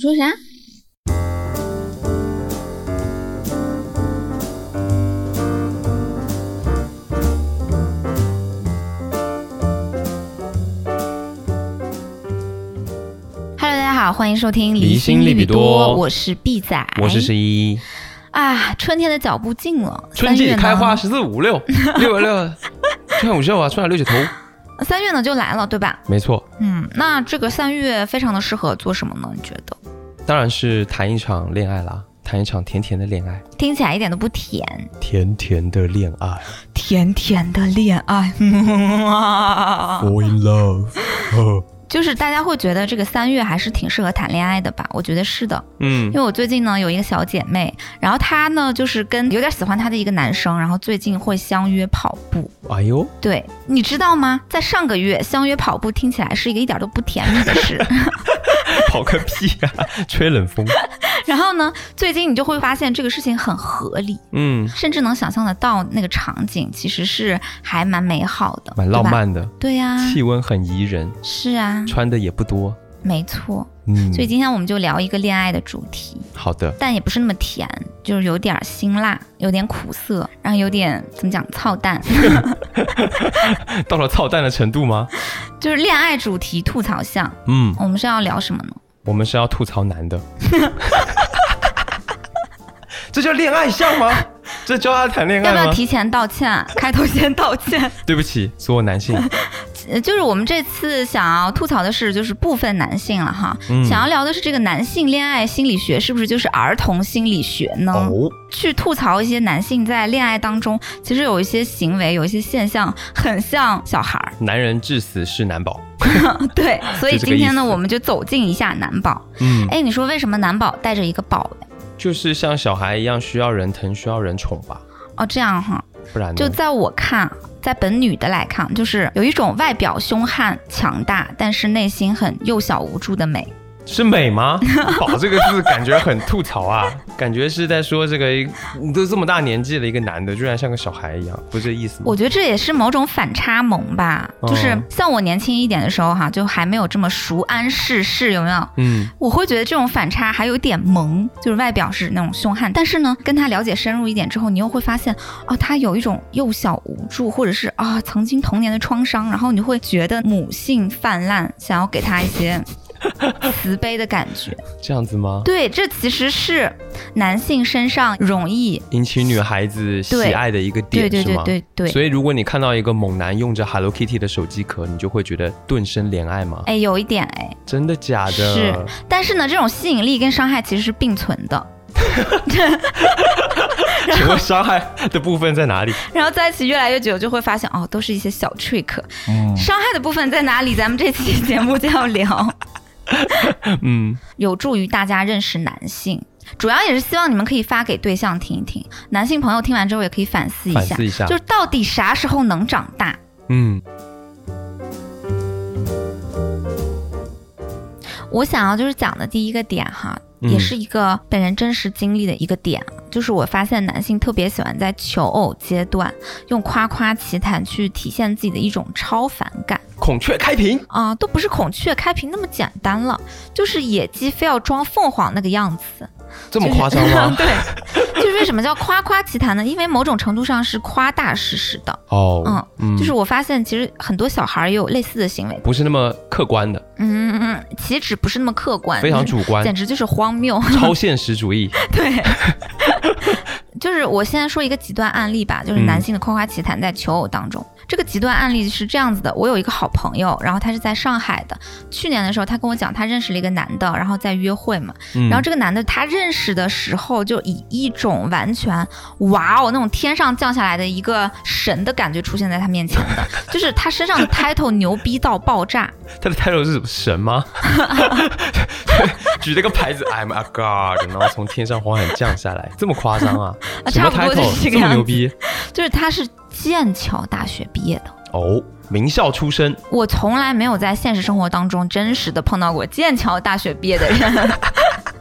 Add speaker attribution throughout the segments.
Speaker 1: 你说啥？Hello，大家好，欢迎收听《
Speaker 2: 离心
Speaker 1: 心
Speaker 2: 利
Speaker 1: 比
Speaker 2: 比
Speaker 1: 多》，
Speaker 2: 多
Speaker 1: 我是毕仔，
Speaker 2: 我是十一，
Speaker 1: 啊，春天的脚步近了，
Speaker 2: 春
Speaker 1: 三月
Speaker 2: 季
Speaker 1: 呢
Speaker 2: 开花，十四五 六六六，春寒五秀啊，春寒六九头，
Speaker 1: 三月呢就来了，对吧？
Speaker 2: 没错，
Speaker 1: 嗯，那这个三月非常的适合做什么呢？你觉得？
Speaker 2: 当然是谈一场恋爱啦，谈一场甜甜的恋爱，
Speaker 1: 听起来一点都不甜，
Speaker 2: 甜甜的恋爱
Speaker 1: 甜甜的恋爱，
Speaker 2: ，fall in love，哦
Speaker 1: 就是大家会觉得这个三月还是挺适合谈恋爱的吧？我觉得是的，
Speaker 2: 嗯
Speaker 1: 因为我最近呢有一个小姐妹，然后她呢就是跟有点喜欢她的一个男生，然后最近会相约跑步。
Speaker 2: 哎呦，
Speaker 1: 对，你知道吗？在上个月相约跑步听起来是一个一点都不甜蜜的 事，
Speaker 2: 跑个屁啊， 吹冷风，
Speaker 1: 然后呢，最近你就会发现这个事情很合理，
Speaker 2: 嗯，
Speaker 1: 甚至能想象得到那个场景其实是还蛮美好的，
Speaker 2: 蛮
Speaker 1: 对吧嗯
Speaker 2: 浪。漫的，
Speaker 1: 对呀、
Speaker 2: 气温很宜人，
Speaker 1: 是啊，
Speaker 2: 穿的也不多，
Speaker 1: 没错。
Speaker 2: 嗯，
Speaker 1: 所以今天我们就聊一个恋爱的主题，
Speaker 2: 好的，
Speaker 1: 但也不是那么甜，就是有点辛辣，有点苦涩，然后有点怎么讲操蛋，
Speaker 2: 到了操蛋的程度吗？
Speaker 1: 就是恋爱主题吐槽项。
Speaker 2: 嗯，
Speaker 1: 我们是要聊什么呢？
Speaker 2: 我们是要吐槽 男的，这叫恋爱像吗？这教他谈恋
Speaker 1: 要
Speaker 2: 爱
Speaker 1: 不
Speaker 2: 吗？
Speaker 1: 要提前道歉啊？开头先道歉。
Speaker 2: 对不起，所有男性，
Speaker 1: 呃就是我们这次想要吐槽的是，就是部分男性了哈，
Speaker 2: 嗯
Speaker 1: 想要聊的是这个男性恋爱心理学是不是就是儿童心理学呢？
Speaker 2: 哦，
Speaker 1: 去吐槽一些男性在恋爱当中，其实有一些行为，有一些现象很像小孩儿，
Speaker 2: 男人至死是难保。
Speaker 1: 对，所以
Speaker 2: 就这
Speaker 1: 今
Speaker 2: 个
Speaker 1: 天呢，
Speaker 2: 意思
Speaker 1: 我们就走进一下男宝。
Speaker 2: 嗯，
Speaker 1: 哎，你说为什么男宝带着一个宝嘞？
Speaker 2: 就是像小孩一样需要人疼，需要人宠吧，
Speaker 1: 哦，这样哈，
Speaker 2: 不然呢
Speaker 1: 就在我看，啊在本女的来看，就是有一种外表凶悍强大，但是内心很幼小无助的美。
Speaker 2: 是美吗？ 宝这个字感觉很吐槽啊，感觉是在说这个你都这么大年纪了，一个男的居然像个小孩一样，不是这意思吗？
Speaker 1: 我觉得这也是某种反差萌吧，
Speaker 2: 哦
Speaker 1: 就是像我年轻一点的时候哈，就还没有这么熟谙世事，有没有？
Speaker 2: 嗯，
Speaker 1: 我会觉得这种反差还有点萌，就是外表是那种凶悍，但是呢，跟他了解深入一点之后，你又会发现，哦，他有一种幼小无助，或者是啊、曾经童年的创伤，然后你会觉得母性泛滥，想要给他一 些慈悲的感觉。
Speaker 2: 这样子吗？
Speaker 1: 对，这其实是男性身上容易，
Speaker 2: 引起女孩子喜
Speaker 1: 对
Speaker 2: 爱的一个点
Speaker 1: 对对对对
Speaker 2: 是吗？
Speaker 1: 对，
Speaker 2: 所以如果你看到一个猛男用着 Hello Kitty 的手机壳，你就会觉得顿生怜爱吗？
Speaker 1: 哎，有一点哎，
Speaker 2: 真的假的？
Speaker 1: 是但是呢，这种吸引力跟伤害其实是并存的。
Speaker 2: 请问伤害的部分在哪里？
Speaker 1: 然后在一起越来越久，就会发现哦，都是一些小 trick。
Speaker 2: 嗯
Speaker 1: 伤害的部分在哪里？咱们这期节目就要聊，
Speaker 2: 嗯，
Speaker 1: 有助于大家认识男性。主要也是希望你们可以发给对象听一听，男性朋友听完之后也可以反思一
Speaker 2: 反
Speaker 1: 下，
Speaker 2: 思一下，
Speaker 1: 就是到底啥时候能长大。
Speaker 2: 嗯，
Speaker 1: 我想要就是讲的第一个点哈，
Speaker 2: 嗯
Speaker 1: 也是一个本人真实经历的一个点，就是我发现男性特别喜欢在求偶阶段用夸夸其谈去体现自己的一种超凡感
Speaker 2: 孔雀开屏，
Speaker 1: 啊、都不是孔雀开屏那么简单了，就是野鸡非要装凤凰那个样子。
Speaker 2: 这么
Speaker 1: 就是
Speaker 2: 夸张吗？
Speaker 1: 对，就是为什么叫夸夸其谈呢？因为某种程度上是夸大事实的。
Speaker 2: 哦，嗯
Speaker 1: 就是我发现其实很多小孩儿也有类似的行为，
Speaker 2: 不是那么客观的，
Speaker 1: 嗯嗯嗯，岂止不是那么客观，
Speaker 2: 非常主观
Speaker 1: 呃简，直就是荒谬。
Speaker 2: 超现实主义。
Speaker 1: 对，就是我现在说一个极端案例吧，就是男性的夸夸其谈在求偶当中。这个极端案例是这样子的：我有一个好朋友，然后他是在上海的。去年的时候，他跟我讲，他认识了一个男的，然后在约会嘛。
Speaker 2: 嗯
Speaker 1: 然后这个男的，他认识的时候就以一种完全哇哦那种天上降下来的一个神的感觉出现在他面前的，就是他身上的 title 牛逼到爆炸。
Speaker 2: 他的 title 是神吗？ 举了个牌子，I'm a god，然后从天上缓缓 降下来，这么夸张啊？
Speaker 1: 啊
Speaker 2: 什么
Speaker 1: 差不多就是
Speaker 2: title
Speaker 1: 这个
Speaker 2: 这么
Speaker 1: 样
Speaker 2: 牛
Speaker 1: 子
Speaker 2: 逼？
Speaker 1: 就是他是剑桥大学毕业的。
Speaker 2: 哦，名校出身，
Speaker 1: 我从来没有在现实生活当中真实的碰到过剑桥大学毕业的人，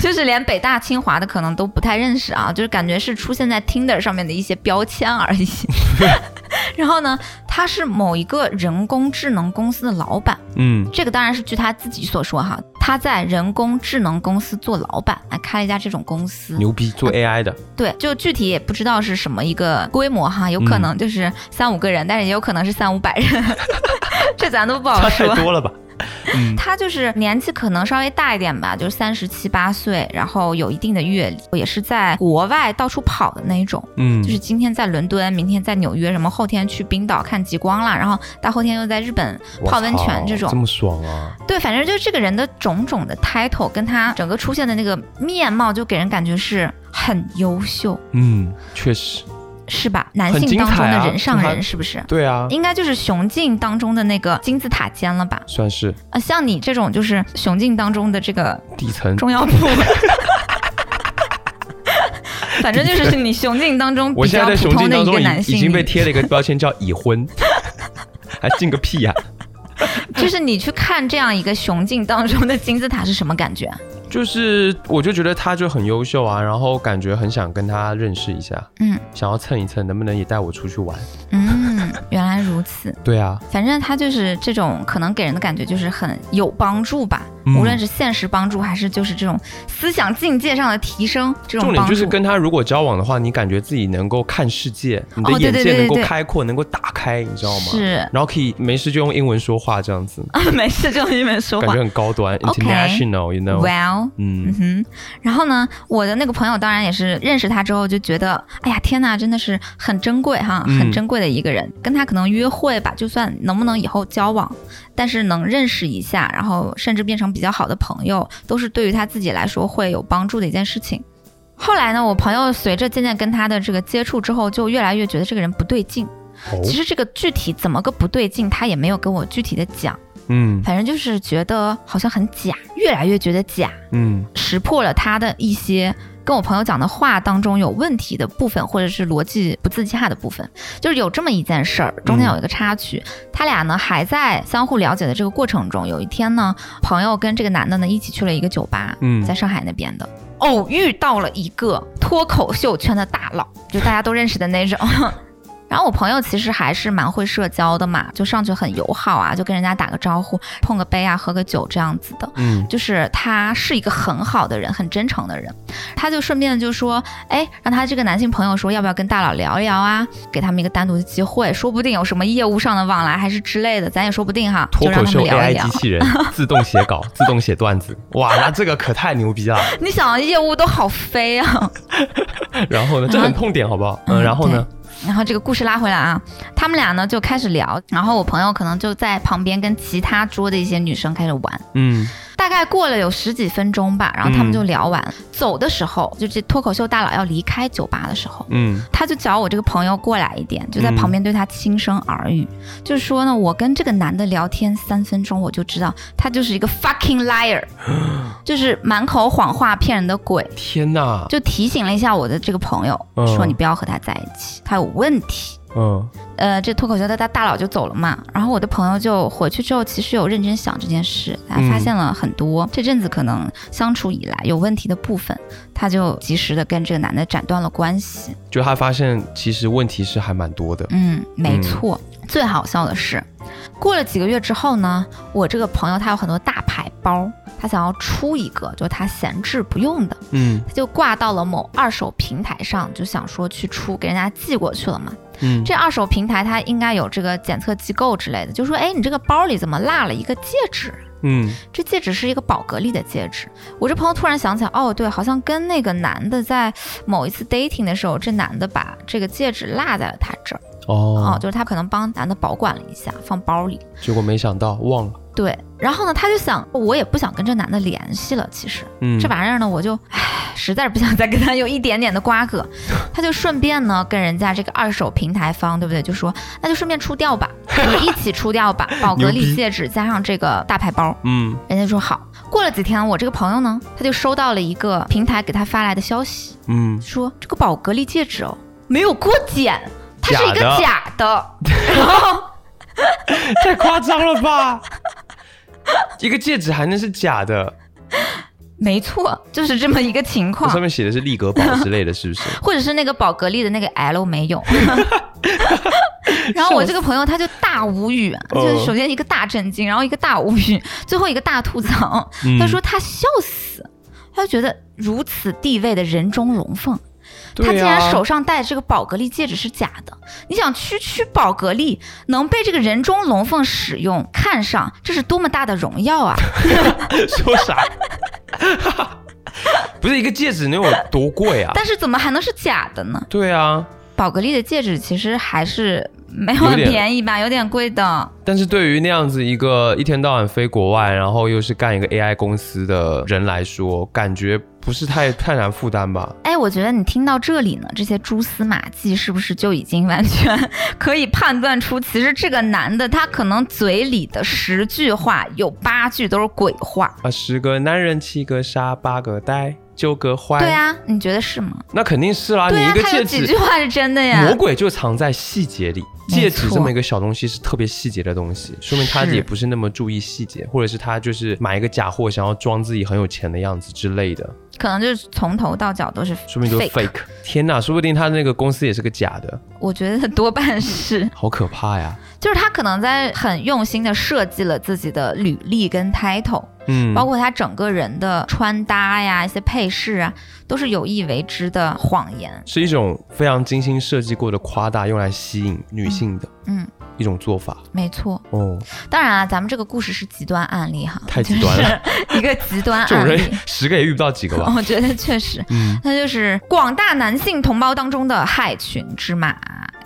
Speaker 1: 就是连北大、清华的可能都不太认识啊，就是感觉是出现在 Tinder 上面的一些标签而已。然后呢，他是某一个人工智能公司的老板，
Speaker 2: 嗯
Speaker 1: 这个当然是据他自己所说哈，他在人工智能公司做老板，还开了一家这种公司。
Speaker 2: 牛逼，做 AI 的，
Speaker 1: 对，就具体也不知道是什么一个规模哈，有
Speaker 2: 嗯
Speaker 1: 可能就是三五个人，但是也有可能是三五百 人，这咱都不好
Speaker 2: 差太
Speaker 1: 说。
Speaker 2: 多了吧？嗯
Speaker 1: 他就是年纪可能稍微大一点吧，就是三十七八岁，然后有一定的阅历，也是在国外到处跑的那一种。
Speaker 2: 嗯，
Speaker 1: 就是今天在伦敦，明天在纽约，什么后天去冰岛看极光啦，然后大后天又在日本
Speaker 2: 我
Speaker 1: 泡温泉
Speaker 2: 操
Speaker 1: 这种
Speaker 2: 这。么爽啊！
Speaker 1: 对，反正就是这个人的种种的 title 跟他整个出现的那个面貌，就给人感觉是很优秀，
Speaker 2: 嗯，确实，
Speaker 1: 是吧？男
Speaker 2: 很
Speaker 1: 性
Speaker 2: 精
Speaker 1: 当中
Speaker 2: 彩啊
Speaker 1: 的人上
Speaker 2: 他
Speaker 1: 人，是不是？
Speaker 2: 对啊，
Speaker 1: 应该就是雄竞当中的那个金字塔尖了吧？
Speaker 2: 算是
Speaker 1: 啊，像你这种就是雄竞当中的这个
Speaker 2: 底层。
Speaker 1: 重要部门。反正就是你雄竞当 中
Speaker 2: 我
Speaker 1: 比
Speaker 2: 现
Speaker 1: 较
Speaker 2: 在在
Speaker 1: 普
Speaker 2: 雄
Speaker 1: 通
Speaker 2: 竞
Speaker 1: 的
Speaker 2: 当
Speaker 1: 一
Speaker 2: 中
Speaker 1: 个男
Speaker 2: 已已
Speaker 1: 性
Speaker 2: 经被
Speaker 1: 里，
Speaker 2: 贴了一个标签叫已婚，还进个屁呀、
Speaker 1: 就是你去看这样一个雄竞当中的金字塔是什么感觉？啊
Speaker 2: 就是我就觉得他就很优秀啊，然后感觉很想跟他认识一下，
Speaker 1: 嗯
Speaker 2: 想要蹭一蹭，能不能也带我出去玩？
Speaker 1: 嗯，原来如此。
Speaker 2: 对啊，
Speaker 1: 反正他就是这种，可能给人的感觉就是很有帮助吧，
Speaker 2: 嗯
Speaker 1: 无论是现实帮助还是就是这种思想境界上的提升，这种
Speaker 2: 重点
Speaker 1: 帮助。
Speaker 2: 就是跟他如果交往的话，你感觉自己能够看世界，你的
Speaker 1: 哦对
Speaker 2: 眼
Speaker 1: 对
Speaker 2: 界
Speaker 1: 对
Speaker 2: 能够
Speaker 1: 对对
Speaker 2: 开阔，能够打开，你知道吗？
Speaker 1: 是
Speaker 2: 然后可以没事就用英文说话，这样子
Speaker 1: 啊，没事，就用英文说
Speaker 2: 感
Speaker 1: 话
Speaker 2: 觉。很高端
Speaker 1: OK
Speaker 2: ，international，you know？
Speaker 1: Well，嗯
Speaker 2: 嗯，
Speaker 1: 哼，然后呢，我的那个朋友当然也是认识他之后就觉得，哎呀，天呐，真的是很珍贵哈，
Speaker 2: 嗯
Speaker 1: 很珍贵的一个人。跟他可能约会吧，就算能不能以后交往，但是能认识一下，然后甚至变成比较好的朋友，都是对于他自己来说会有帮助的一件事情。后来呢，我朋友随着渐渐跟他的这个接触之后，就越来越觉得这个人不对劲。
Speaker 2: 哦
Speaker 1: 其实这个具体怎么个不对劲，他也没有跟我具体的讲，
Speaker 2: 嗯
Speaker 1: 反正就是觉得好像很假，越来越觉得假。
Speaker 2: 嗯
Speaker 1: 识破了他的一些跟我朋友讲的话当中有问题的部分，或者是逻辑不自洽的部分，就是有这么一件事儿，中间有一个插曲，他俩呢还在相互了解的这个过程中，有一天呢，朋友跟这个男的呢一起去了一个酒吧，
Speaker 2: 嗯
Speaker 1: 在上海那边的，偶遇到了一个脱口秀圈的大佬，就大家都认识的那种。 然后我朋友其实还是蛮会社交的嘛，就上去很友好啊，就跟人家打个招呼，碰个杯啊，喝个酒这样子的。
Speaker 2: 嗯，
Speaker 1: 就是他是一个很好的人，很真诚的人，他就顺便就说，哎，让他这个男性朋友说，要不要跟大佬聊一聊啊，给他们一个单独的机会，说不定有什么业务上的往来还是之类的，咱也说不定哈，就
Speaker 2: 脱
Speaker 1: 让
Speaker 2: 口
Speaker 1: 他
Speaker 2: 秀
Speaker 1: 们聊一
Speaker 2: AI
Speaker 1: 聊
Speaker 2: 机。器 人自动写稿、自动写段子，哇，那这个可太牛 逼了。
Speaker 1: 你想业务都好飞啊，
Speaker 2: 然后呢，这很痛点，好不好？嗯，
Speaker 1: 嗯
Speaker 2: 然后呢？
Speaker 1: 然后这个故事拉回来啊，他们俩呢就开始聊，然后我朋友可能就在旁边跟其他桌的一些女生开始玩，
Speaker 2: 嗯
Speaker 1: 大概过了有十几分钟吧，然后他们就聊完，走的时候，就这脱口秀大佬要离开酒吧的时候，
Speaker 2: 嗯
Speaker 1: 他就找我这个朋友过来一点，就在旁边对他轻声耳语，就说呢，我跟这个男的聊天三分钟，我就知道他就是一个 fucking liar，就是满口谎话骗人的鬼，
Speaker 2: 天哪，
Speaker 1: 就提醒了一下我的这个朋友，
Speaker 2: 嗯
Speaker 1: 说你不要和他在一起，他有问题。
Speaker 2: 嗯
Speaker 1: 呃，这脱口秀的大大佬就走了嘛，然后我的朋友就回去之后，其实有认真想这件事，他
Speaker 2: 嗯
Speaker 1: 发现了很多、这阵子可能相处以来有问题的部分，他就及时的跟这个男的斩断了关系。
Speaker 2: 就他发现其实问题是还蛮多的。
Speaker 1: 嗯，没
Speaker 2: 嗯
Speaker 1: 错。最好笑的是，过了几个月之后呢，我这个朋友他有很多大牌包，他想要出一个，就是他闲置不用的，
Speaker 2: 嗯
Speaker 1: 他就挂到了某二手平台上，就想说去出，给人家寄过去了嘛。
Speaker 2: 嗯，
Speaker 1: 这二手平台它应该有这个检测机构之类的，就说，哎，你这个包里怎么落了一个戒指？
Speaker 2: 嗯
Speaker 1: 这戒指是一个宝格丽的戒指。我这朋友突然想起来，哦，对，好像跟那个男的在某一次 dating 的时候，这男的把这个戒指落在了他这儿。哦，
Speaker 2: 哦，
Speaker 1: 就是他可能帮男的保管了一下，放包里。
Speaker 2: 结果没想到忘了。
Speaker 1: 对，然后呢，他就想，我也不想跟这男的联系了。其实
Speaker 2: 嗯，
Speaker 1: 这玩意儿呢，我就唉，实在是不想再跟他有一点点的瓜 葛。他就顺便呢，跟人家这个二手平台方，对不对？就说那就顺便出 掉吧，我们一起出掉吧，宝格
Speaker 2: 牛逼
Speaker 1: 丽戒指加上这个大牌包。
Speaker 2: 嗯
Speaker 1: 人家说好。过了几天，我这个朋友呢，他就收到了一个平台给他发来的消息，
Speaker 2: 嗯，
Speaker 1: 说这个宝格丽戒指哦，没有过检，它是一个
Speaker 2: 假的
Speaker 1: 假的。然后。
Speaker 2: 太夸张了吧？一个戒指还能是假的？
Speaker 1: 没错，就是这么一个情
Speaker 2: 那上
Speaker 1: 况，
Speaker 2: 面写的是利格堡之类的，是不是？
Speaker 1: 或者是那个宝格丽的那个 L 没有，然后我这个朋友他就大无语，就是首先一个大震惊，然后一个大无语，最后一个大吐槽。
Speaker 2: 嗯
Speaker 1: 他说他笑死，他就觉得如此地位的人中龙凤，他
Speaker 2: 对啊
Speaker 1: 竟
Speaker 2: 呀
Speaker 1: 然手上戴的这个宝格丽戒指是假的。你想，区区宝格丽能被这个人中龙凤使用看上，这是多么大的荣耀啊！
Speaker 2: 说啥？不是一个戒指能有多贵啊？
Speaker 1: 但是怎么还能是假的呢？
Speaker 2: 对啊，
Speaker 1: 宝格丽的戒指其实还是没有
Speaker 2: 有
Speaker 1: 很
Speaker 2: 点
Speaker 1: 便宜吧，有点贵的。
Speaker 2: 但是对于那样子一个一天到晚飞国外，然后又是干一个 AI 公司的人来说，感觉不是太太难负担吧？
Speaker 1: 哎，我觉得你听到这里呢，这些蛛丝马迹是不是就已经完全 可以判断出，其实这个男的他可能嘴里的十句话有八句都是鬼话。
Speaker 2: 啊，十个男人七个傻，八个呆，九个坏。
Speaker 1: 对，啊，你觉得是吗？
Speaker 2: 那肯定是啦、
Speaker 1: 对
Speaker 2: 哎你
Speaker 1: 啊
Speaker 2: 一，个
Speaker 1: 他有
Speaker 2: 戒
Speaker 1: 几
Speaker 2: 指
Speaker 1: 句，话是真的呀
Speaker 2: 魔。鬼就藏在细节里。
Speaker 1: 没
Speaker 2: 戒指
Speaker 1: 错
Speaker 2: 这么一个小东西是特别细节的东西，说明他
Speaker 1: 是
Speaker 2: 也不是那么注意细节，或者是他就是买一个假货，想要装自己很有钱的样子之类的，
Speaker 1: 可能就是从头到脚都是 fake，
Speaker 2: 说明都是 fake。天哪，说不定他那个公司也是个假的，
Speaker 1: 我觉得多半是，
Speaker 2: 好可怕呀！
Speaker 1: 就是他可能在很用心的设计了自己的履历跟 title，
Speaker 2: 嗯，
Speaker 1: 包括他整个人的穿搭呀、一些配饰啊，都是有意为之的谎言。
Speaker 2: 是一种非常精心设计过的夸大，用来吸引女性的
Speaker 1: 嗯，
Speaker 2: 一种做法。
Speaker 1: 没错。
Speaker 2: 哦，
Speaker 1: 当然啊，咱们这个故事是极端案例哈，
Speaker 2: 太极端了，
Speaker 1: 一个极端
Speaker 2: 这种
Speaker 1: 案
Speaker 2: 人
Speaker 1: 例。
Speaker 2: 十个也遇不到几个吧？
Speaker 1: 我觉得确实，
Speaker 2: 嗯
Speaker 1: 那就是广大男性同胞当中的害群之马。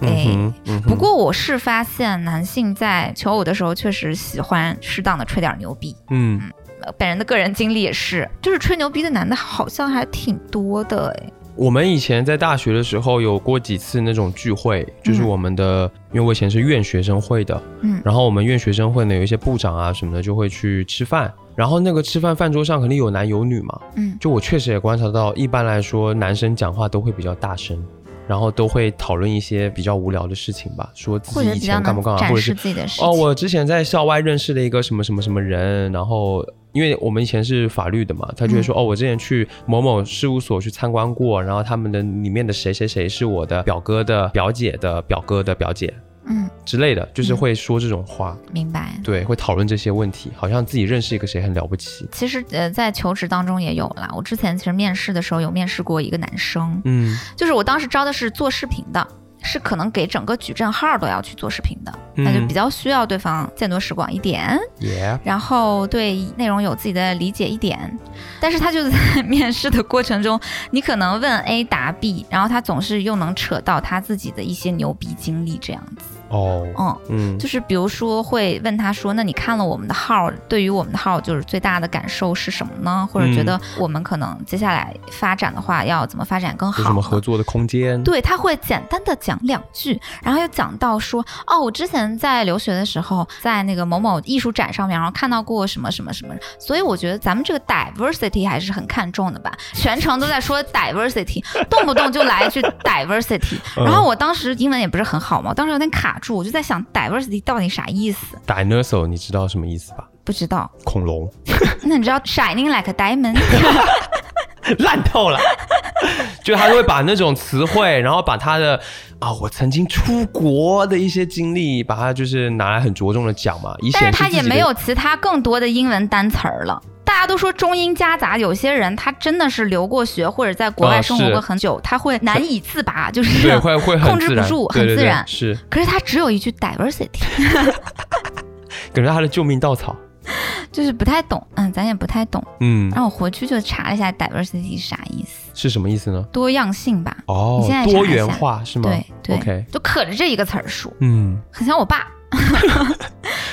Speaker 2: 嗯
Speaker 1: 哎，
Speaker 2: 哼，嗯哼
Speaker 1: 不过我是发现男性在求偶的时候确实喜欢适当的吹点牛逼。
Speaker 2: 嗯，
Speaker 1: 呃本人的个人经历也是，就是吹牛逼的男的好像还挺多的哎。
Speaker 2: 我们以前在大学的时候有过几次那种聚会，就是我们的，因为我以前是院学生会的，
Speaker 1: 嗯
Speaker 2: 然后我们院学生会呢有一些部长啊什么的就会去吃饭，然后那个吃饭饭桌上肯定有男有女嘛，
Speaker 1: 嗯，
Speaker 2: 就我确实也观察到，一般来说男生讲话都会比较大声。然后都会讨论一些比较无聊的事情吧，说自
Speaker 1: 或
Speaker 2: 己
Speaker 1: 者
Speaker 2: 以
Speaker 1: 比较
Speaker 2: 前干
Speaker 1: 能
Speaker 2: 嘛干嘛，啊或
Speaker 1: 展
Speaker 2: 者是
Speaker 1: 示自己的事情。
Speaker 2: 哦，我之前在校外认识了一个什么什么什么人，然后因为我们以前是法律的嘛，他就会说、
Speaker 1: 嗯
Speaker 2: 哦，我之前去某某事务所去参观过，然后他们的里面的谁谁谁是我的表哥的表姐的表哥的表姐
Speaker 1: 嗯，
Speaker 2: 之类的，就是
Speaker 1: 嗯
Speaker 2: 会说这种话，
Speaker 1: 明白。
Speaker 2: 对，会讨论这些问题，好像自己认识一个谁很了不起，
Speaker 1: 其实呃，在求职当中也有啦。我之前其实面试的时候有面试过一个男生，
Speaker 2: 嗯
Speaker 1: 就是我当时招的是做视频的，是可能给整个矩阵号都要去做视频的，
Speaker 2: 嗯
Speaker 1: 那就比较需要对方见多识广一点，
Speaker 2: 耶，
Speaker 1: 然后对内容有自己的理解一点。但是他就是在面试的过程中，你可能问 A 答 B，然后他总是又能扯到他自己的一些牛逼经历这样子，
Speaker 2: 哦，
Speaker 1: 嗯。
Speaker 2: 嗯
Speaker 1: 就是比如说会问他说，那你看了我们的号，对于我们的号就是最大的感受是什么呢？或
Speaker 2: 嗯
Speaker 1: 者觉得我们可能接下来发展的话要怎么发展更
Speaker 2: 有什
Speaker 1: 好
Speaker 2: 么
Speaker 1: 呢？
Speaker 2: 合作的空间？
Speaker 1: 对，他会简单的讲两句，然后又讲到说，哦，我之前在留学的时候，在那个某某艺术展上面，然后看到过什么什么什么，所以我觉得咱们这个 diversity 还是很看重的吧，全程都在说 diversity，动 不动就来一句 diversity，
Speaker 2: 嗯
Speaker 1: 然后我当时英文也不是很好嘛，我当时有点卡住，我就在想 diversity 到底啥意思，
Speaker 2: ，dinosaur 你知道什么意思吧？
Speaker 1: 不知道。
Speaker 2: 恐龙，
Speaker 1: 那你知道 shining like a diamond？
Speaker 2: 烂透了。就他会把那种词汇，然后把他的啊，我曾经出国的一些经历，把它就是拿来很着重的讲嘛，以显
Speaker 1: 但是
Speaker 2: 示
Speaker 1: 他
Speaker 2: 自
Speaker 1: 也
Speaker 2: 己的
Speaker 1: 没有其他更多的英文单词儿了。大家都说中英夹杂，有些人他真的是留过学或者在国外
Speaker 2: 啊
Speaker 1: 生活
Speaker 2: 是
Speaker 1: 过很久，他会难以自拔，就是
Speaker 2: 对，会会很
Speaker 1: 控制
Speaker 2: 自
Speaker 1: 不
Speaker 2: 然，
Speaker 1: 住，
Speaker 2: 对
Speaker 1: 很
Speaker 2: 对
Speaker 1: 自
Speaker 2: 对
Speaker 1: 然。
Speaker 2: 是
Speaker 1: 可是他只有一句 diversity，
Speaker 2: 感觉他的救命稻草。
Speaker 1: 就是不太懂，嗯，咱也不太懂。
Speaker 2: 嗯，
Speaker 1: 然后我回去就查了一下 diversity 是啥意思，
Speaker 2: 是什么意思呢？
Speaker 1: 多样性吧，
Speaker 2: 哦
Speaker 1: 你现在，查一下
Speaker 2: 多元化是吗？
Speaker 1: 对对
Speaker 2: OK，
Speaker 1: 就可着这一个词儿说，
Speaker 2: 嗯，
Speaker 1: 很像我爸，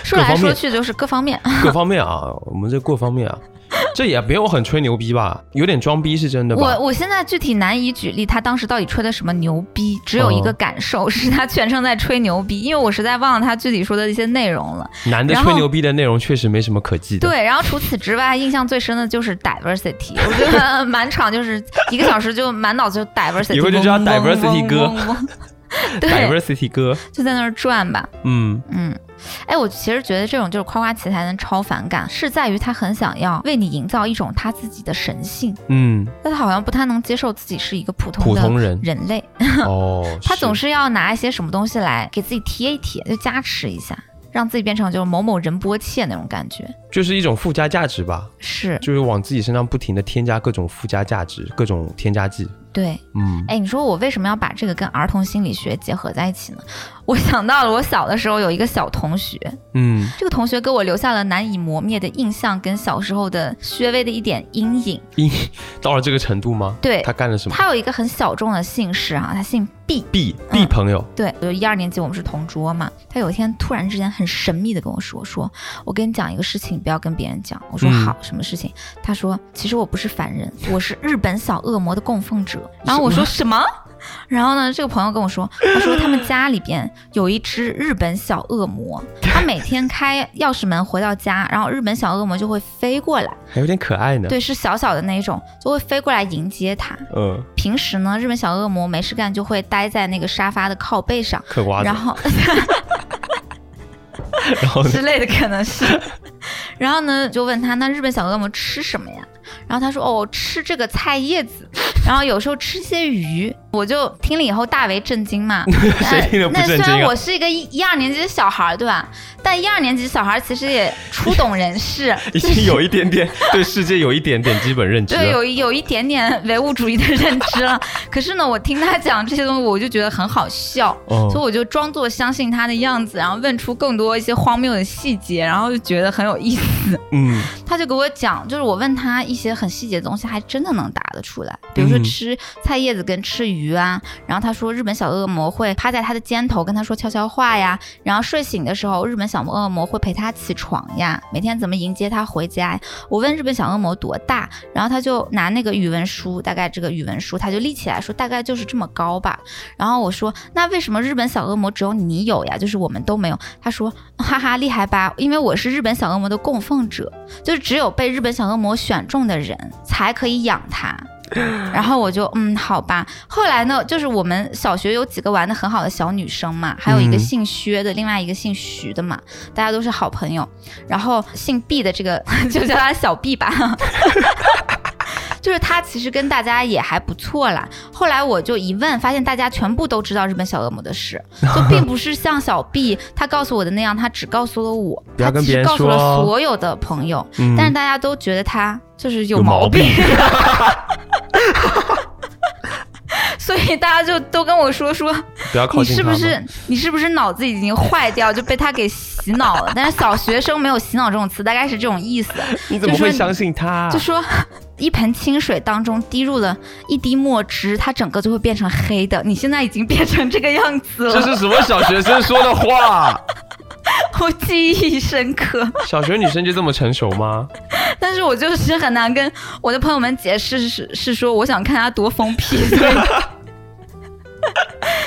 Speaker 1: 说
Speaker 2: 各
Speaker 1: 来
Speaker 2: 方
Speaker 1: 说
Speaker 2: 面
Speaker 1: 去就是各方面。
Speaker 2: 各方面啊，我们这各方面啊， 这也没有很吹牛逼吧？有点装逼是真的吧
Speaker 1: 我？我现在具体难以举例，他当时到底吹的什么牛逼，只有一个
Speaker 2: 哦
Speaker 1: 感受、是他全程在吹牛逼，因为我实在忘了他具体说的一些内容了。
Speaker 2: 男的
Speaker 1: 然后
Speaker 2: 吹牛逼的内容确实没什么可记的。
Speaker 1: 对，然后除此之外，印象最深的就是 diversity，我觉 得满场就是一个小时就满脑子就 diversity，
Speaker 2: 以后就叫
Speaker 1: 嗡嗡
Speaker 2: diversity
Speaker 1: 嗡
Speaker 2: 哥
Speaker 1: 嗡嗡对，
Speaker 2: ，diversity 哥，
Speaker 1: 就在那儿转吧，
Speaker 2: 嗯，
Speaker 1: 嗯。哎，我其实觉得这种就是夸夸其谈的超反感，是在于他很想要为你营造一种他自己的神性，
Speaker 2: 嗯，
Speaker 1: 但他好像不太能接受自己是一个普通
Speaker 2: 普
Speaker 1: 的
Speaker 2: 通人
Speaker 1: 人类，
Speaker 2: 哦，
Speaker 1: 他总
Speaker 2: 是
Speaker 1: 是要拿一些什么东西来给自己贴一贴，就加持一下，让自己变成就是某某仁波切那种感觉。
Speaker 2: 就是一种附加价值吧，
Speaker 1: 是
Speaker 2: 就是往自己身上不停的添加各种附加价值，各种添加剂。
Speaker 1: 对，
Speaker 2: 嗯，
Speaker 1: 哎，你说我为什么要把这个跟儿童心理学结合在一起呢？ 我想到了我小的时候有一个小同学，
Speaker 2: 嗯，
Speaker 1: 这个同学给我留下了难以磨灭的印象跟小时候的略微的一点阴影。
Speaker 2: 因到了这个程度吗？
Speaker 1: 对
Speaker 2: 他干了什么？
Speaker 1: 他有一嗯个很小众的姓氏啊，他姓毕。
Speaker 2: B B 朋友，
Speaker 1: 对，就一二年级我们是同桌嘛。他有一天突然之间很神秘的跟我说：“说我跟你讲一个事情，不要跟别人讲。”我说：“
Speaker 2: 嗯
Speaker 1: 好，什么事情？”他说：“其实我不是凡人，我是日本小恶魔的供奉者。”然后我说：“什么？”然后呢，这个朋友跟我说，他说他们家里边有一只日本小恶魔，他每天开钥匙门回到家，然后日本小恶魔就会飞过来，
Speaker 2: 还有点可爱呢。
Speaker 1: 对，是小小的那一种，就会飞过来迎接他。
Speaker 2: 嗯，
Speaker 1: 平时呢，日本小恶魔没事干就会待在那个沙发的靠背上，
Speaker 2: 嗑瓜子
Speaker 1: 然， 后
Speaker 2: 然 后 呢
Speaker 1: 之类的可能是。然后呢，就问他那日本小恶魔吃什么呀？然后他说哦，吃这个菜叶子， 然后有时候吃些鱼。我就听了以后大为震惊嘛。
Speaker 2: 谁听了不
Speaker 1: 那虽
Speaker 2: 震惊
Speaker 1: 然
Speaker 2: 啊
Speaker 1: 我？是一个一一二年级的小孩儿，对吧？但一二年级小孩儿其实也初懂人 事，
Speaker 2: 已经有一点点对世界有一点点基本认知
Speaker 1: 对，
Speaker 2: 了。
Speaker 1: 有一有一点点唯物主义的认知了。 可是呢，我听他讲这些东西，我就觉得很好笑，
Speaker 2: 哦
Speaker 1: 所以我就装作相信他的样子，然后问出更多一些荒谬的细节，然后就觉得很有意思。
Speaker 2: 嗯，
Speaker 1: 他就给我讲，就是我问他一些很细节的东西，还真的能答得出来，比如说
Speaker 2: 嗯
Speaker 1: 吃菜叶子跟吃鱼啊。然后他说日本小恶魔会趴在他的肩头跟他说悄悄话呀，然后睡醒的时候日本小恶魔会陪他起床呀，每天怎么迎接他回家呀。我问日本小恶魔多大，然后他就拿那个语文书，大概这个语文书他就立起来说大概就是这么高吧。然后我说那为什么日本小恶魔只有你有呀？就是我们都没有。他说哈哈厉害吧，因为我是日本小恶魔的供奉者。就是只有被日本小恶魔选中的人才可以养它。然后我就嗯，好吧。后来呢，就是我们小学有几个玩的很好的小女生嘛，还有一个
Speaker 2: 嗯
Speaker 1: 姓薛的，另外一个姓徐的嘛，大家都是好朋友。然后姓毕的这个 就叫他小毕吧，就是他其实跟大家也还不错啦。后来我就一问，发现大家全部都知道日本小恶魔的 事，就并不是像小毕他告诉我的那样，他只告诉了我，
Speaker 2: 不
Speaker 1: 他
Speaker 2: 要跟
Speaker 1: 其
Speaker 2: 别
Speaker 1: 实
Speaker 2: 人
Speaker 1: 告诉了
Speaker 2: 说哦
Speaker 1: 所有的朋友。
Speaker 2: 嗯
Speaker 1: 但是大家都觉得他就是有
Speaker 2: 有毛
Speaker 1: 毛病，所以大家就都跟我说说，
Speaker 2: 不 要靠
Speaker 1: 你
Speaker 2: 近
Speaker 1: 是
Speaker 2: 他
Speaker 1: 不
Speaker 2: 吗
Speaker 1: 是你是不是脑子已经坏掉，就被他给洗脑了？但是小学生没有洗脑这种词，大概是这种意思，
Speaker 2: 你怎么
Speaker 1: 就说
Speaker 2: 会相信他？
Speaker 1: 就说。 一盆清水当中滴入了一滴墨汁，它整个就会变成黑的。你现在已经变成这个样子
Speaker 2: 这
Speaker 1: 了，
Speaker 2: 是什么小学生说的话？
Speaker 1: 我记忆深刻。
Speaker 2: 小学女生就这么成熟吗？
Speaker 1: 但是我就是很难跟我的朋友们解释是是说我想看他多疯批， 所以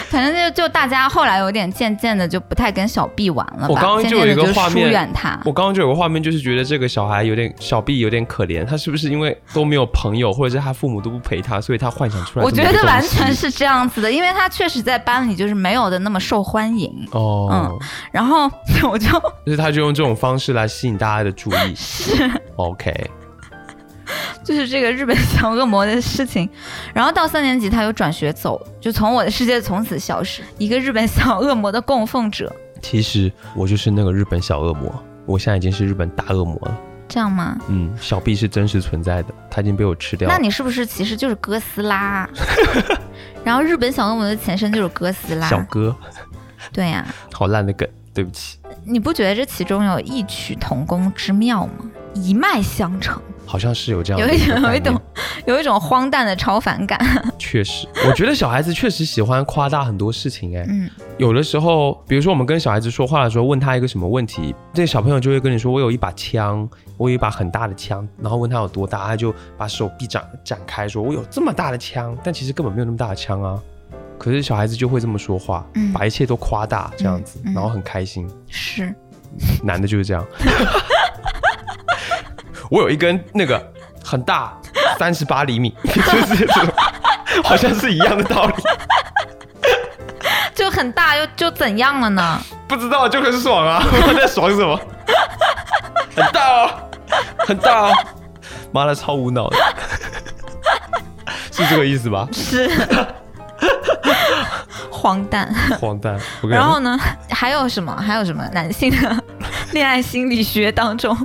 Speaker 1: 反正就就大家后来有点渐渐的就不太跟小 B 玩了吧，
Speaker 2: 我刚刚
Speaker 1: 渐
Speaker 2: 就
Speaker 1: 渐
Speaker 2: 有
Speaker 1: 的
Speaker 2: 一个
Speaker 1: 就
Speaker 2: 画
Speaker 1: 疏
Speaker 2: 面
Speaker 1: 远他。
Speaker 2: 我刚刚就有个画面，就是觉得这个小孩有点小 B 有点可怜，他是不是因为都没有朋友，或者是他父母都不陪他，所以他幻想出来
Speaker 1: 我
Speaker 2: 这么
Speaker 1: 觉
Speaker 2: 一个东西？
Speaker 1: 得完全是这样子的，因为他确实在班里就是没有的那么受欢迎。
Speaker 2: 哦，
Speaker 1: 然后 我就
Speaker 2: 就是他就用这种方式来吸引大家的注 意。
Speaker 1: 是
Speaker 2: OK，
Speaker 1: 就是这个日本小恶魔的 事情，然后到三年级他又转学走，就从我的世界从此消失，一个日本小恶魔的供奉者，
Speaker 2: 其实我就是那个日本小恶魔，我现在已经是日本大恶魔了。
Speaker 1: 这样吗？
Speaker 2: 嗯，小 B 是真实存在的，他已经被我吃掉了。
Speaker 1: 那你是不是其实就是哥斯拉啊？ 然后日本小恶魔的前身就是哥斯拉，
Speaker 2: 小哥，
Speaker 1: 对呀、
Speaker 2: 好烂的梗，对不起，
Speaker 1: 你不觉得这其中有异曲同工之妙吗？一脉相承，
Speaker 2: 好像是有这样
Speaker 1: 有
Speaker 2: 的
Speaker 1: 一
Speaker 2: 个
Speaker 1: 种有一
Speaker 2: 概念
Speaker 1: 种有一种荒诞的超凡感。
Speaker 2: 确实，我觉得小孩子确实喜欢夸大很多事情、哎，
Speaker 1: 嗯，
Speaker 2: 有的时候，比如说我们跟小孩子说话的时候，问他一个什么问题，这小朋友就会跟你说：“我有一把枪，我有一把很大的枪。”然后问他有多大，他就把手臂展展开说：“我有这么大的枪。”但其实根本没有那么大的枪啊。可是小孩子就会这么说话，
Speaker 1: 嗯
Speaker 2: 把一切都夸大这样子，
Speaker 1: 嗯嗯
Speaker 2: 然后很开心。
Speaker 1: 是
Speaker 2: 男的就是这样。 我有一根那个很大，三十八厘米， 就是这种，好像是一样的道理。
Speaker 1: 就很大又就怎样了呢？
Speaker 2: 不知道就很爽啊， 我在爽什么？很大哦，很大哦，妈的超无脑的，是这个意思吧？
Speaker 1: 是荒诞。
Speaker 2: 荒诞，我跟你
Speaker 1: 然后
Speaker 2: 讲，
Speaker 1: 呢，还有什么？还有什么男性的恋爱心理学当中？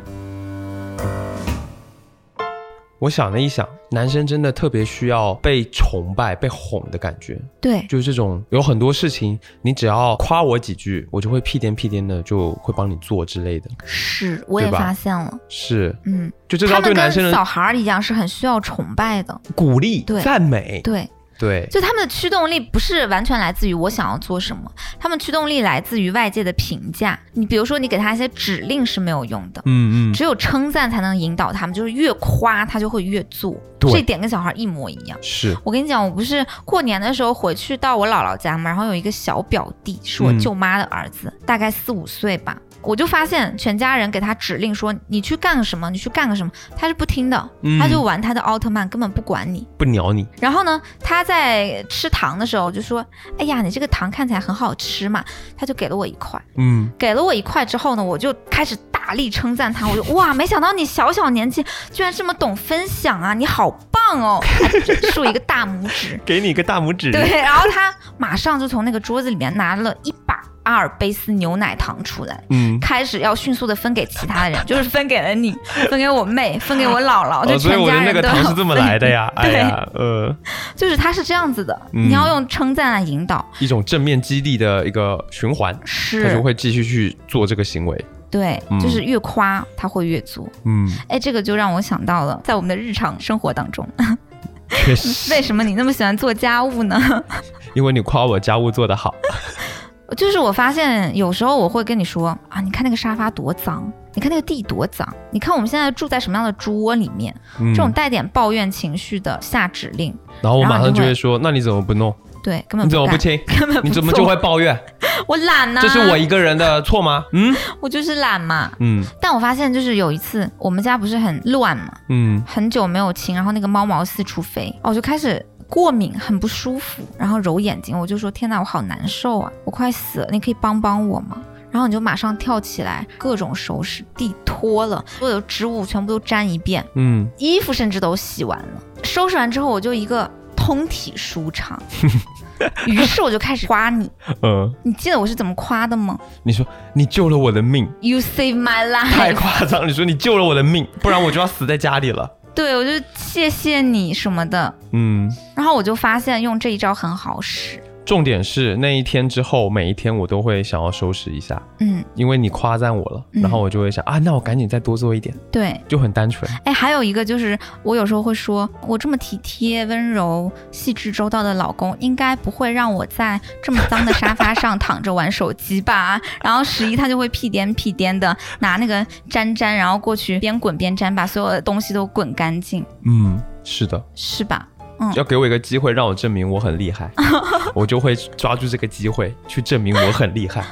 Speaker 2: 我想了一想，男生真的特别需要被崇拜、被哄的感觉，
Speaker 1: 对，
Speaker 2: 就是这种有很多事情，你只要夸我几句，我就会屁颠屁颠的就会帮你做之类的。
Speaker 1: 是，我也
Speaker 2: 对吧
Speaker 1: 发现了。
Speaker 2: 是，
Speaker 1: 嗯，
Speaker 2: 就这
Speaker 1: 他
Speaker 2: 招
Speaker 1: 们
Speaker 2: 对男生
Speaker 1: 跟小
Speaker 2: 的
Speaker 1: 孩儿一样，是很需要崇拜的。
Speaker 2: 鼓励
Speaker 1: 对、
Speaker 2: 赞美，
Speaker 1: 对，
Speaker 2: 对，
Speaker 1: 就他们的驱动力不是完全来自于我想要做什么，他们驱动力来自于外界的评价。你比如说，你给他一些指令是没有用的。
Speaker 2: 嗯嗯，
Speaker 1: 只有称赞才能引导他们，就是越夸他就会越做，
Speaker 2: 对
Speaker 1: 这点跟小孩一模一样。
Speaker 2: 是，
Speaker 1: 我跟你讲，我不是过年的时候回去到我姥姥家嘛，然后有一个小表弟是我
Speaker 2: 嗯
Speaker 1: 舅妈的儿子，大概四五岁吧。我就发现全家人给他指令说你去干个什么，你去干个什么，他是不听的，
Speaker 2: 嗯
Speaker 1: 他就玩他的奥特曼，根本不管你。
Speaker 2: 不鸟你，
Speaker 1: 然后呢，他在吃糖的时候就说：“哎呀，你这个糖看起来很好吃嘛。”他就给了我一块，
Speaker 2: 嗯，
Speaker 1: 给了我一块之后呢，我就开始大力称赞他，我就哇，没想到你小小年纪居然这么懂分享啊，你好棒哦，还竖一个大拇指。
Speaker 2: 给你一个大拇指，
Speaker 1: 对，然后他马上就从那个桌子里面拿了一把阿尔卑斯牛奶糖出来，
Speaker 2: 嗯，
Speaker 1: 开始要迅速的分给其他人，就是分给了你，分给我妹，分给我姥姥，就
Speaker 2: 哦，所以
Speaker 1: 全
Speaker 2: 我的
Speaker 1: 家
Speaker 2: 那
Speaker 1: 人
Speaker 2: 个
Speaker 1: 都
Speaker 2: 糖
Speaker 1: 要
Speaker 2: 是这么来的 呀，哎
Speaker 1: 对
Speaker 2: 呀，呃，
Speaker 1: 就是他是这样子的，
Speaker 2: 嗯
Speaker 1: 你要用称赞来引导，
Speaker 2: 一种正面激励的一个循环，他
Speaker 1: 是
Speaker 2: 就会继续去做这个行为，
Speaker 1: 对，
Speaker 2: 嗯
Speaker 1: 就是越夸他会越做。
Speaker 2: 嗯，
Speaker 1: 哎，这个就让我想到了，在我们的日常生活当中，
Speaker 2: 确实，
Speaker 1: 为什么你那么喜欢做家务呢？
Speaker 2: 因为你夸我家务做得好，
Speaker 1: 就是我发现有时候我会跟你说啊，你看那个沙发多脏，你看那个地多脏，你看我们现在住在什么样的猪窝里面，
Speaker 2: 嗯
Speaker 1: 这，种带点抱怨情绪的下指令，
Speaker 2: 然后我
Speaker 1: 然后
Speaker 2: 马上
Speaker 1: 你
Speaker 2: 就
Speaker 1: 会
Speaker 2: 会说，那你怎么不弄？
Speaker 1: 对，根本
Speaker 2: 你怎么
Speaker 1: 干
Speaker 2: 不清？
Speaker 1: 根本不
Speaker 2: 你怎么
Speaker 1: 做
Speaker 2: 就会抱怨？
Speaker 1: 我懒呐、
Speaker 2: 这是我一个人的错吗？嗯
Speaker 1: 我就是懒嘛。
Speaker 2: 嗯
Speaker 1: 但我发现就是有一次我们家不是很乱嘛，
Speaker 2: 嗯，
Speaker 1: 很久没有亲，然后那个猫毛四处飞，哦我就开始过敏，很不舒服，然后揉眼睛，我就说天哪，我好难受啊，我快死了，你可以帮帮我吗？然后你就马上跳起来，各种收拾，地拖了，所有的植物全部都粘一遍，
Speaker 2: 嗯，
Speaker 1: 衣服甚至都洗完了。收拾完之后，我就一个通体舒畅。于是我就开始夸你，
Speaker 2: 呃，
Speaker 1: 你记得我是怎么夸的吗
Speaker 2: 你说你救了我的命，
Speaker 1: ？You save my
Speaker 2: 太
Speaker 1: life。
Speaker 2: 夸张！你说你救了我的命，不然我就要死在家里了。
Speaker 1: 对，我就谢谢你什么的。
Speaker 2: 嗯，
Speaker 1: 然后我就发现用这一招很好使，
Speaker 2: 重点是那一天之后，每一天我都会想要收拾一下，
Speaker 1: 嗯，
Speaker 2: 因为你夸赞我了，
Speaker 1: 嗯
Speaker 2: 然后我就会想啊，那我赶紧再多做一点，
Speaker 1: 对，
Speaker 2: 就很单纯。
Speaker 1: 哎，还有一个就是，我有时候会说，我这么体贴、温柔、细致周到的老公，应该不会让我在这么脏的沙发上躺着玩手机吧？ 然后十一他就会屁颠屁颠的拿那个粘粘，然后过去边滚边粘，把所有的东西都滚干净，
Speaker 2: 嗯，是的，
Speaker 1: 是吧？
Speaker 2: 要给我一个机会让我证明我很厉害，我就会抓住这个机会去证明我很厉害。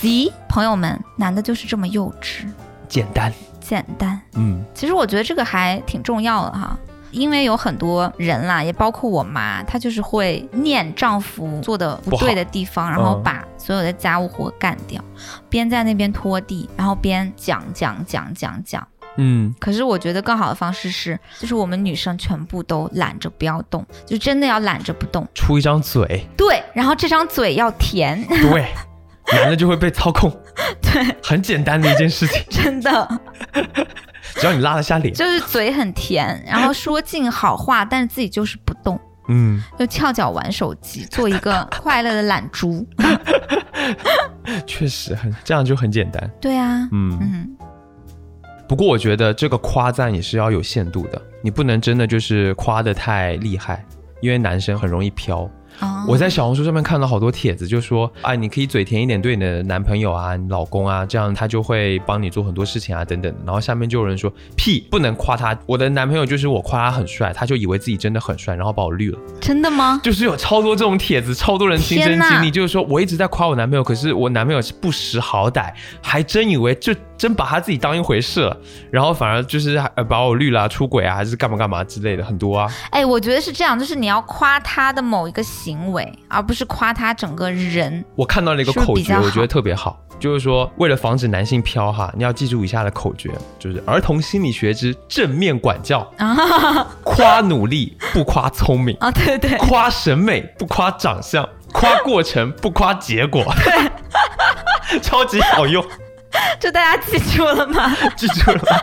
Speaker 1: 咦，朋友们，男的就是这么幼稚、
Speaker 2: 简单，
Speaker 1: 简单。
Speaker 2: 嗯
Speaker 1: 其实我觉得这个还挺重要的哈，因为有很多人啦，也包括我妈，她就是会念丈夫做的不对的地方，然后把所有的家务活干掉，边在那边拖地，然后边讲讲讲讲讲。
Speaker 2: 嗯，
Speaker 1: 可是我觉得更好的方式是，就是我们女生全部都懒着不要动，就真的要懒着不动。
Speaker 2: 出一张嘴，
Speaker 1: 对，然后这张嘴要甜，
Speaker 2: 对，男的就会被操控，对，很简单的一件事情，
Speaker 1: 真的。
Speaker 2: 只要你拉得下脸，
Speaker 1: 就是嘴很甜，然后说尽好话，但是自己就是不动，
Speaker 2: 嗯，
Speaker 1: 就翘脚玩手机，做一 个快乐的懒猪。
Speaker 2: 确实很，这样就很简单，
Speaker 1: 对啊，
Speaker 2: 嗯
Speaker 1: 嗯，
Speaker 2: 不过我觉得这个夸赞也是要有限度的，你不能真的就是夸得太厉害，因为男生很容易飘。
Speaker 1: 哦
Speaker 2: 我在小红书上面看到好多帖子，就说啊，你可以嘴甜一点对你的男朋友啊、你老公啊，这样他就会帮你做很多事情啊等等的。然后下面就有人说，屁，不能夸他，我的男朋友就是我夸他很帅，他就以为自己真的很帅，然后把我绿了。
Speaker 1: 真的吗？
Speaker 2: 就是有超多这种帖子，超多人亲身
Speaker 1: 天哪
Speaker 2: 经历，就是说我一直在夸我男朋友，可是我男朋友是不识好歹，还真以为就真把他自己当一回事了，然后反而就是呃把我绿了 啊、出轨啊，还是干嘛干嘛之类的，很多啊。
Speaker 1: 哎，我觉得是这样，就是你要夸他的某一个行围，而不是夸他整个人。
Speaker 2: 我看到了一个
Speaker 1: 是不是
Speaker 2: 口
Speaker 1: 比
Speaker 2: 诀，
Speaker 1: 较
Speaker 2: 我觉得
Speaker 1: 好
Speaker 2: 特别好，就是说为了防止男性飘哈，你要记住以下的口诀，就是儿童心理学之正面 管教，
Speaker 1: 啊
Speaker 2: 夸努力不夸聪明，
Speaker 1: 啊，对对，
Speaker 2: 夸审美不夸长相，夸过程不夸结 果，超级好用，
Speaker 1: 就大家记住了 吗？
Speaker 2: 记住了吗？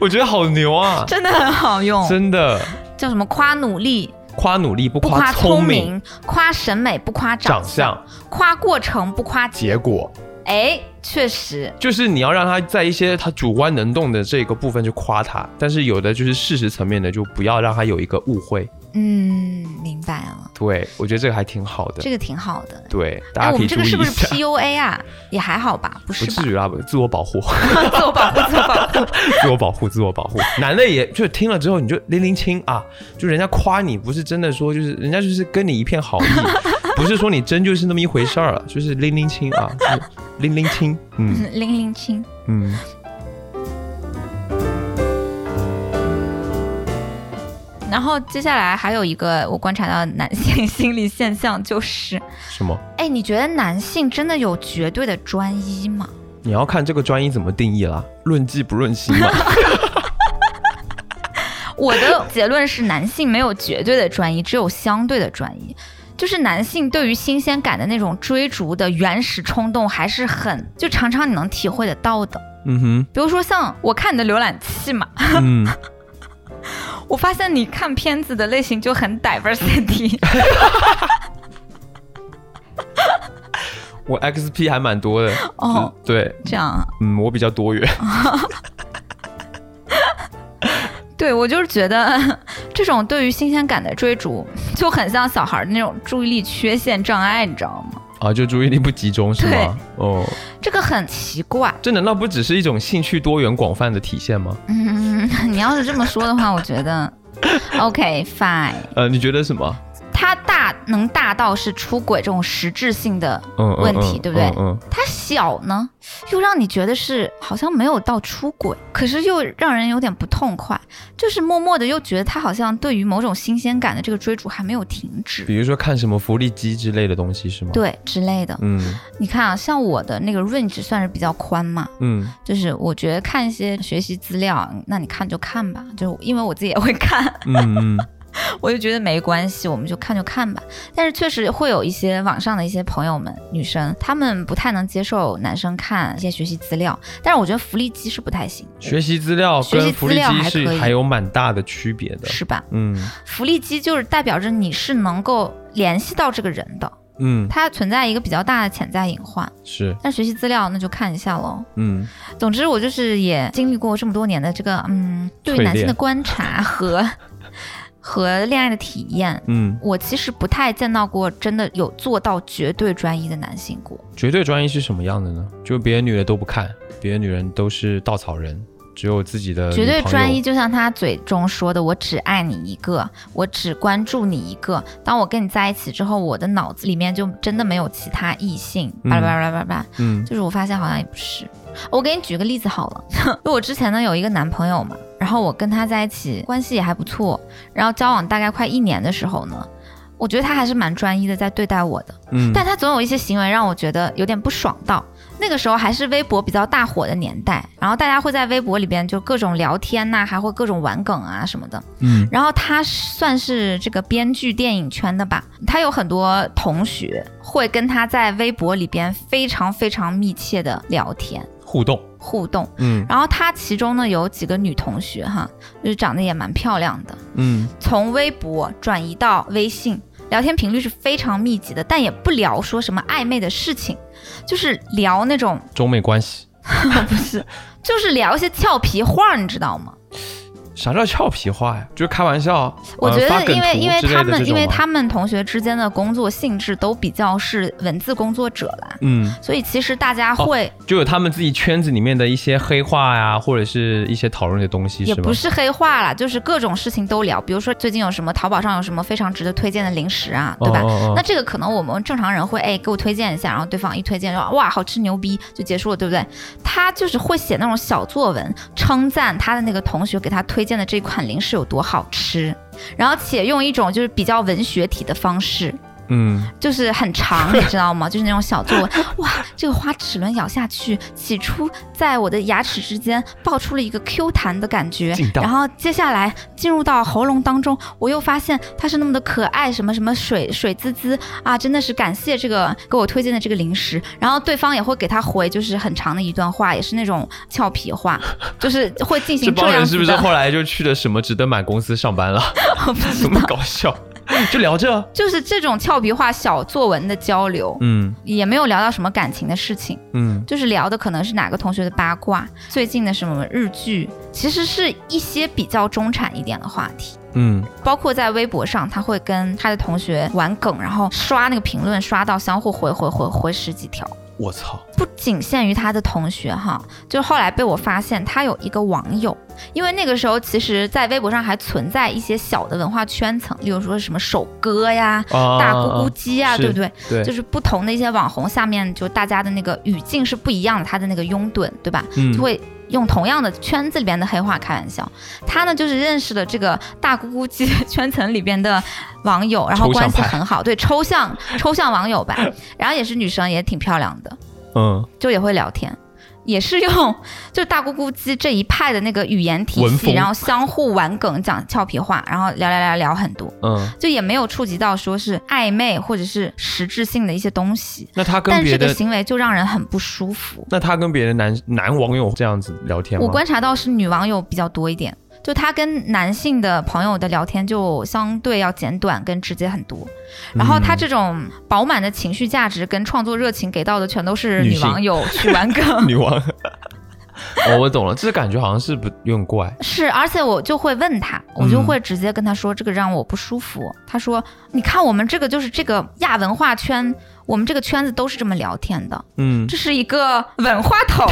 Speaker 2: 我觉得好牛啊，
Speaker 1: 真的很好用，
Speaker 2: 真的，
Speaker 1: 叫什么？夸努力
Speaker 2: 夸努力不
Speaker 1: 不夸
Speaker 2: 聪
Speaker 1: 聪明，夸审美不夸
Speaker 2: 长
Speaker 1: 相，
Speaker 2: 相
Speaker 1: 夸过程不夸结。
Speaker 2: 结果。
Speaker 1: 哎，确实，
Speaker 2: 就是你要让他在一些他主观能动的这个部分去夸他，但是有的就是事实层面的，就不要让他有一个误会。
Speaker 1: 嗯，明白了，
Speaker 2: 对，我觉得这个还挺好的。
Speaker 1: 这个挺好的。
Speaker 2: 对，大
Speaker 1: 哎，
Speaker 2: 家
Speaker 1: 我
Speaker 2: 可以
Speaker 1: 们
Speaker 2: 注
Speaker 1: 这
Speaker 2: 意
Speaker 1: 个
Speaker 2: 一
Speaker 1: 是
Speaker 2: 下。
Speaker 1: 不是 PUA 啊？也还好吧，不
Speaker 2: 不
Speaker 1: 是吧？
Speaker 2: 至于啦，不自我保护，
Speaker 1: 自我保护，自我保护。
Speaker 2: 自我保护，自我保护。男的也就听了之后，你就拎拎清啊，就人家夸你，不是真的说，就是人家就是跟你一片 好意，不是说你真就是那么一回事儿了，就是拎拎清啊，就是拎拎清，嗯
Speaker 1: 零零七，
Speaker 2: 嗯。
Speaker 1: 然后接下来还有一个我观察到的男性心理现象就是，
Speaker 2: 什么？
Speaker 1: 哎，你觉得男性真的有绝对的专一吗？
Speaker 2: 你要看这个专一怎么定义啦，论迹不论心嘛。
Speaker 1: 我 的结论是，男性没有绝对的专一，只有相对的专一。就是男性对于新鲜感的那种追逐的原始冲动，还是很就常常你能体会得到的。
Speaker 2: 嗯哼。
Speaker 1: 比如说像我看你的浏览器嘛，
Speaker 2: 嗯，
Speaker 1: 我发现你看片子的类型就很 diversity，
Speaker 2: 我 XP 还蛮多的。嗯
Speaker 1: 哦，
Speaker 2: 对，
Speaker 1: 这样啊。
Speaker 2: 嗯，我比较多元。
Speaker 1: 对，我就是觉得 这种对于新鲜感的追逐，就很像小孩儿那种注意力缺陷障碍，你知道吗？
Speaker 2: 啊，就注意力不集中是吗？哦，
Speaker 1: 这个很奇怪。
Speaker 2: 这难道不只是一种兴趣多元广泛的体现吗？
Speaker 1: 嗯，你要是这么说的话，我觉得 OK fine。
Speaker 2: 呃，你觉得什么？
Speaker 1: 他大能大到是出轨这种实质性的
Speaker 2: 嗯，嗯
Speaker 1: 问题，
Speaker 2: 嗯
Speaker 1: 对不对？
Speaker 2: 嗯
Speaker 1: 他小呢，又让你觉得是好像没有到出轨，可是又让人有点不痛快，就是默默的又觉得他好像对于某种新鲜感的这个追逐还没有停止，
Speaker 2: 比如说看什么福利机之类的东西是吗？，
Speaker 1: 对之类的。
Speaker 2: 嗯
Speaker 1: 你看啊，像我的那个 range 算是比较宽嘛，
Speaker 2: 嗯，
Speaker 1: 就是我觉得看一些学习资料，那你看就看吧，就因为我自己也会看，
Speaker 2: 嗯嗯，
Speaker 1: 我就觉得没关系，我们就看就看吧。但是确实会有一些网上的一些朋友们，女生她们不太能接受男生看一些学习资料，但是我觉得福利机是不太行，
Speaker 2: 学习资料
Speaker 1: 学习
Speaker 2: 跟福
Speaker 1: 资
Speaker 2: 利
Speaker 1: 料
Speaker 2: 机
Speaker 1: 还
Speaker 2: 是
Speaker 1: 可以
Speaker 2: 还有蛮大的区别的。
Speaker 1: 是吧？
Speaker 2: 嗯
Speaker 1: 福利机就是代表着你是能够联系到这个人的，
Speaker 2: 嗯，
Speaker 1: 它存在一个比较大的潜在隐患。
Speaker 2: 是
Speaker 1: 但学习资料那就看一下喽。
Speaker 2: 嗯，
Speaker 1: 总之，我就是也经历过这么多年的这个，嗯，对
Speaker 2: 淬
Speaker 1: 于男性的
Speaker 2: 炼
Speaker 1: 观察和 和恋爱的体验，
Speaker 2: 嗯，
Speaker 1: 我其实不太见到过真的有做到绝对专一的男性过。
Speaker 2: 绝对专一是什么样的呢？就别的女的都不看，别的女人都是稻草人，只有自己的
Speaker 1: 绝
Speaker 2: 呃女
Speaker 1: 对
Speaker 2: 朋
Speaker 1: 专
Speaker 2: 友
Speaker 1: 一，就像他嘴中说的，我只爱你一个，我只关注你一个。当我跟你在一起之后，我的脑子里面就真的没有其他异性。
Speaker 2: 嗯
Speaker 1: 巴拉巴拉巴拉巴拉巴拉。
Speaker 2: 嗯，
Speaker 1: 就是我发现好像也不是。我给你举个例子好了， 因为我之前呢有一个男朋友嘛，然后我跟他在一起关系也还不错，然后交往大概快一年的时候呢，我觉得他还是蛮专一的在对待我的，
Speaker 2: 嗯，
Speaker 1: 但他总有一些行为让我觉得有点不爽到。那个时候还是微博比较大火的年代，然后大家会在微博里边就各种聊天呐、还会各种玩梗啊什么的。
Speaker 2: 嗯
Speaker 1: 然后他算是这个编剧电影圈的吧，他有很多同学会跟他在微博里边非常非常密切的聊天
Speaker 2: 互动，
Speaker 1: 互动。
Speaker 2: 嗯
Speaker 1: 然后他其中呢有几个女同学哈，就是长得也蛮漂亮的，
Speaker 2: 嗯
Speaker 1: 从微博转移到微信，聊天频率是非常密集的，但也不聊说什么暧昧的事情，就是聊那种，
Speaker 2: 中美关系。
Speaker 1: 不是，就是聊一些俏皮话儿，你知道吗？
Speaker 2: 啥叫俏皮话呀？就是开玩笑。
Speaker 1: 我觉
Speaker 2: 呃发
Speaker 1: 得，
Speaker 2: 梗
Speaker 1: 因为
Speaker 2: 图
Speaker 1: 因为
Speaker 2: 之类
Speaker 1: 他
Speaker 2: 的
Speaker 1: 们
Speaker 2: 这
Speaker 1: 因为
Speaker 2: 种吗
Speaker 1: 他们同学之间的工作性质都比较是文字工作者啦，
Speaker 2: 嗯，
Speaker 1: 所以其实大家
Speaker 2: 哦
Speaker 1: 会、
Speaker 2: 就有他们自己圈子里面的一些黑话呀，或者是一些讨论的东西，
Speaker 1: 也
Speaker 2: 是吗
Speaker 1: 不？是黑话啦，就是各种事情都聊，比如说最近有什么淘宝上有什么非常值得推荐的零食啊，对吧？
Speaker 2: 哦哦哦
Speaker 1: 那这个可能我们正常人会哎给我推荐一下，然后对方一推荐说哇好吃牛逼就结束了，对不对？他就是会写那种小作文，称赞他的那个同学给他推荐的这款零食有多好吃，然后且用一种就是比较文学体的方式
Speaker 2: 嗯，
Speaker 1: 就是很长，你知道吗？ 就是那种小作文。哇，这个花齿轮咬下去，起初在我的牙齿之间爆出了一个 Q 弹的感觉
Speaker 2: 劲，道
Speaker 1: 然后接下来进入到喉咙当中，我又发现它是那么的可爱，什么什么水水滋滋啊，真的是感谢这个给我推荐的这个零食。然后对方也会给他回，就是很长的一段话，也是那种俏皮话， 就是会进
Speaker 2: 这
Speaker 1: 行这
Speaker 2: 帮
Speaker 1: 样
Speaker 2: 人
Speaker 1: 子
Speaker 2: 是不是
Speaker 1: 的。
Speaker 2: 后来就去了什么值得买公司上班了？
Speaker 1: 我不知
Speaker 2: 怎么
Speaker 1: 道，
Speaker 2: 搞笑？就聊这，
Speaker 1: 就是这种俏皮话小作文的交流，
Speaker 2: 嗯
Speaker 1: 也没有聊到什么感情的事情。
Speaker 2: 嗯
Speaker 1: 就是聊的可能是哪个同学的八卦，最近的什么日剧，其实是一些比较中产一点的话题。
Speaker 2: 嗯，
Speaker 1: 包括在微博上，他会跟他的同学玩梗，然后刷那个评论，刷到相互回回回回十几条。
Speaker 2: 我操，
Speaker 1: 不仅限于他的同学哈，就后来被我发现他有一个网友，因为那个时候其实，在微博上还存在一些小的文化圈层，例如说什么首歌呀、
Speaker 2: 啊
Speaker 1: 大咕咕鸡呀，
Speaker 2: 是
Speaker 1: 对不对？
Speaker 2: 对，
Speaker 1: 就是不同的一些网红下面，就大家的那个语境是不一样的，他的那个拥趸，对吧？
Speaker 2: 嗯
Speaker 1: 就会用同样的圈子里边的黑话开玩笑。他呢，就是认识了这个大咕咕鸡圈层里边的网友，然后
Speaker 2: 抽象
Speaker 1: 关系
Speaker 2: 派
Speaker 1: 很好，对，抽象抽象网友 吧，然后也是女生，也挺漂亮的，
Speaker 2: 嗯
Speaker 1: 就也会聊天。也是用 就大咕咕鸡这一派的那个语言体
Speaker 2: 文
Speaker 1: 系，
Speaker 2: 风
Speaker 1: 然后相互玩梗、讲俏皮话，然后聊聊聊聊很多，
Speaker 2: 嗯，
Speaker 1: 就也没有触及到说是暧昧或者是实质性的一些东西，
Speaker 2: 那他跟
Speaker 1: 但
Speaker 2: 别
Speaker 1: 这个
Speaker 2: 的，
Speaker 1: 行为就让人很不舒服。
Speaker 2: 那他跟别的男男网友这样子聊天吗？
Speaker 1: 我观察到是女网友比较多一点，就她跟男性的朋友的聊天就相对要简短跟直接很多。然后
Speaker 2: 嗯
Speaker 1: 她这种饱满的情绪价值跟创作热情给到的全都是
Speaker 2: 女
Speaker 1: 女
Speaker 2: 性
Speaker 1: 网 友去玩梗。
Speaker 2: 女王， 哦，我懂了，这感觉好像是不有点怪，
Speaker 1: 是，而且我就会问她，我
Speaker 2: 嗯
Speaker 1: 就会直接跟她说这个让我不舒服。她说：“你看我们这个就是这个亚文化圈，我们这个圈子都是这么聊天的，
Speaker 2: 嗯，
Speaker 1: 这是一个文化桶。”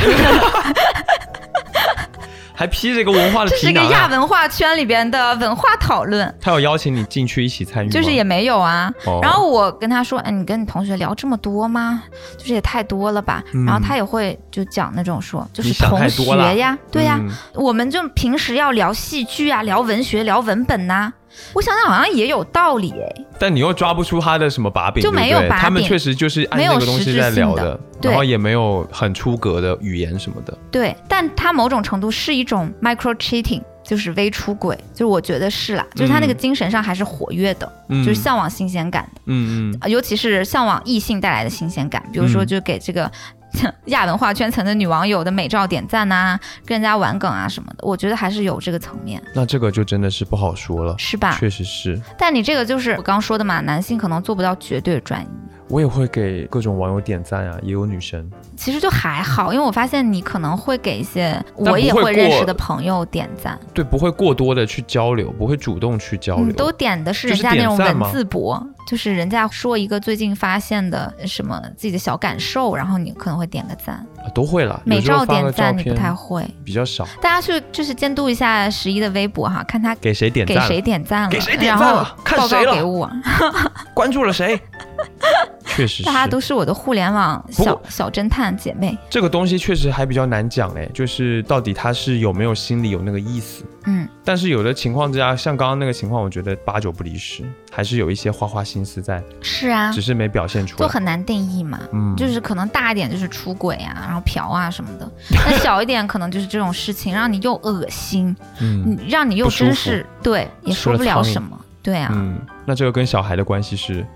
Speaker 2: 还披着一个文化的
Speaker 1: 这是
Speaker 2: 皮
Speaker 1: 一个
Speaker 2: 囊、
Speaker 1: 亚
Speaker 2: 啊，
Speaker 1: 文化圈里边的文化讨论，
Speaker 2: 他有邀请你进去一起参与吗，
Speaker 1: 就是也没有啊。
Speaker 2: 哦，
Speaker 1: 然后我跟他说：“哎，你跟你同学聊这么多吗？就是也太多了吧。
Speaker 2: 嗯
Speaker 1: 然后他也会就讲那种说，就
Speaker 2: 你
Speaker 1: 是
Speaker 2: 想
Speaker 1: 同
Speaker 2: 太多了
Speaker 1: 学呀，对呀、
Speaker 2: 嗯
Speaker 1: 我们就平时要聊戏剧啊，聊文学，聊文本呐、我想想好像也有道理哎，
Speaker 2: 但你又抓不出他的什么把柄，
Speaker 1: 就
Speaker 2: 对不
Speaker 1: 没有
Speaker 2: 对
Speaker 1: 把柄
Speaker 2: 他们确实就是按
Speaker 1: 没有
Speaker 2: 那个东西在聊
Speaker 1: 实质
Speaker 2: 的，
Speaker 1: 对
Speaker 2: 然后也没有很出格的语言什么的。
Speaker 1: 对，但他某种程度是一种 micro cheating。就是微出轨，就是我觉得是啦，就是他那个
Speaker 2: 嗯
Speaker 1: 精神上还是活跃的，
Speaker 2: 嗯，
Speaker 1: 就是向往新鲜感的
Speaker 2: 嗯嗯，
Speaker 1: 呃尤其是向往异性带来的新鲜感，比如说
Speaker 2: 嗯
Speaker 1: 就给这个 亚文化圈层的女网友的美照点赞呐、跟人家玩梗啊什么的，我觉得还是有这个层面，
Speaker 2: 那这个就真的是不好说了，
Speaker 1: 是吧？
Speaker 2: 确实是。
Speaker 1: 但你这个就是我刚说的嘛，男性可能做不到绝对专一。
Speaker 2: 我也会给各种网友点赞啊，也有女生，
Speaker 1: 其实就还好，因为我发现你可能会给一些
Speaker 2: 但
Speaker 1: 我也
Speaker 2: 不会
Speaker 1: 会认
Speaker 2: 过
Speaker 1: 识的朋友点赞，
Speaker 2: 对，不会过多的去交流，不会主动去交流，
Speaker 1: 嗯，都点的是人家
Speaker 2: 就是
Speaker 1: 那
Speaker 2: 点
Speaker 1: 种
Speaker 2: 赞嘛
Speaker 1: 文字博，就是人家说一个最近发现的什么自己的小感受，然后你可能会点个赞。
Speaker 2: 啊都会啦。
Speaker 1: 美
Speaker 2: 有时候
Speaker 1: 照
Speaker 2: 发
Speaker 1: 点
Speaker 2: 个
Speaker 1: 赞
Speaker 2: 照
Speaker 1: 你不
Speaker 2: 片
Speaker 1: 太会，
Speaker 2: 比较少，
Speaker 1: 大家去就是监督一下十一的微博哈，看他
Speaker 2: 给谁点
Speaker 1: 给
Speaker 2: 赞啊
Speaker 1: 谁点赞了，
Speaker 2: 给谁点赞了
Speaker 1: 然后
Speaker 2: 看
Speaker 1: 报
Speaker 2: 谁
Speaker 1: 告
Speaker 2: 了
Speaker 1: 给我。
Speaker 2: 关注了谁？确实是
Speaker 1: 大，家都是我的互联网
Speaker 2: 不
Speaker 1: 小
Speaker 2: 过
Speaker 1: 小侦探姐妹，
Speaker 2: 这个东西确实还比较难讲哎，就是到底他是有没有心里有那个意思。
Speaker 1: 嗯，
Speaker 2: 但是有的情况之下，像刚刚那个情况，我觉得八九不离十，还是有一些花花心思在，
Speaker 1: 是啊
Speaker 2: 只，是没表现出
Speaker 1: 就
Speaker 2: 来。
Speaker 1: 很难定义嘛。
Speaker 2: 嗯，
Speaker 1: 就是可能大一点就是出轨啊，然后嫖啊什么的； 那小一点可能就是这种事情，让你又恶心，
Speaker 2: 嗯
Speaker 1: 你让你又
Speaker 2: 不舒服
Speaker 1: 真是对，也
Speaker 2: 吃了
Speaker 1: 说不了
Speaker 2: 苍蝇
Speaker 1: 什么。对啊，
Speaker 2: 嗯，那这个跟小孩的关系是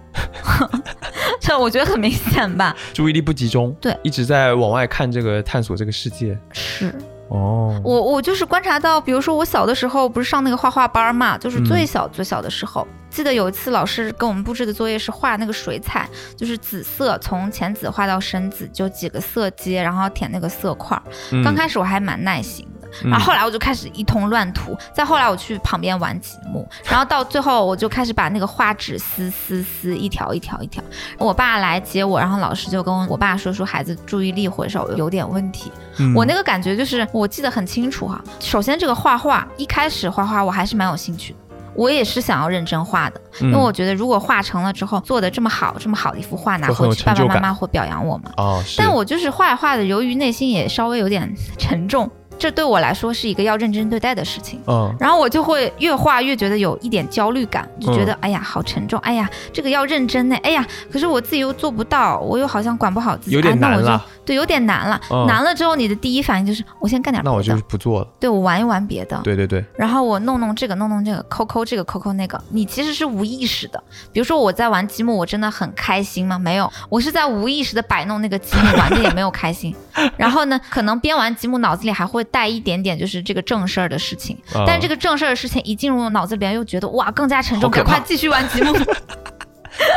Speaker 1: 这 我觉得很明显吧？
Speaker 2: 注意力不集中，
Speaker 1: 对，
Speaker 2: 一直在往外看这个探索这个世界。
Speaker 1: 是，
Speaker 2: 哦，
Speaker 1: 我我就是观察到，比如说我小的时候不是上那个画画班儿嘛，
Speaker 2: 嗯
Speaker 1: 就是最小最小的时候，记得有一次老师给我们布置的作业是画那个水彩，就是紫色从浅紫画到深紫，就几个色阶，然后填那个色块儿。
Speaker 2: 嗯
Speaker 1: 刚开始我还蛮耐心的，
Speaker 2: 嗯
Speaker 1: 然后后来我就开始一通乱涂，再后来我去旁边玩积木，然后到最后我就开始把那个画纸撕撕撕一条一条一条。我爸来接我，然后老师就跟我爸说说孩子注意力回收有点问题。
Speaker 2: 嗯
Speaker 1: 我那个感觉就是，我记得很清楚哈、啊首先，这个画画一开始画画我还是蛮有兴趣的，我也是想要认真画的，
Speaker 2: 嗯
Speaker 1: 因为我觉得如果画成了之后做的这么好，这么好的一幅画拿
Speaker 2: 会很
Speaker 1: 回
Speaker 2: 有
Speaker 1: 去，爸爸
Speaker 2: 成就
Speaker 1: 妈
Speaker 2: 感
Speaker 1: 妈会表扬我嘛。
Speaker 2: 哦是，
Speaker 1: 但我就是画着画着，由于内心也稍微有点沉重，这对我来说是一个要认真对待的事情。
Speaker 2: 嗯，
Speaker 1: 然后我就会越画越觉得有一点焦虑感，就觉得、哎呀好沉重，哎呀这个要认真呢，哎呀可是我自己又做不到，我又好像管不好自己，
Speaker 2: 有点
Speaker 1: 哎、那
Speaker 2: 难
Speaker 1: 我就
Speaker 2: 了，
Speaker 1: 对有点难了、
Speaker 2: 嗯
Speaker 1: 难了之后你的第一反应就是我先干点别
Speaker 2: 那
Speaker 1: 的，
Speaker 2: 我就不做了。
Speaker 1: 对我玩一玩别的，
Speaker 2: 对对对，
Speaker 1: 然后我弄弄这个，弄弄这个，抠抠这个，抠抠那个，你其实是无意识的。比如说我在玩积木，我真的很开心吗？没有，我是在无意识的摆弄那个积木，玩的也没有开 心。然后呢，可能边玩积木，脑子里还会带一点点就是这个正事儿的事情，
Speaker 2: 啊
Speaker 1: 但这个正事儿的事情一进入脑子里边，又觉得哇更加沉重，
Speaker 2: 好可
Speaker 1: 赶
Speaker 2: 怕
Speaker 1: 快继续玩积 木。
Speaker 2: 嗯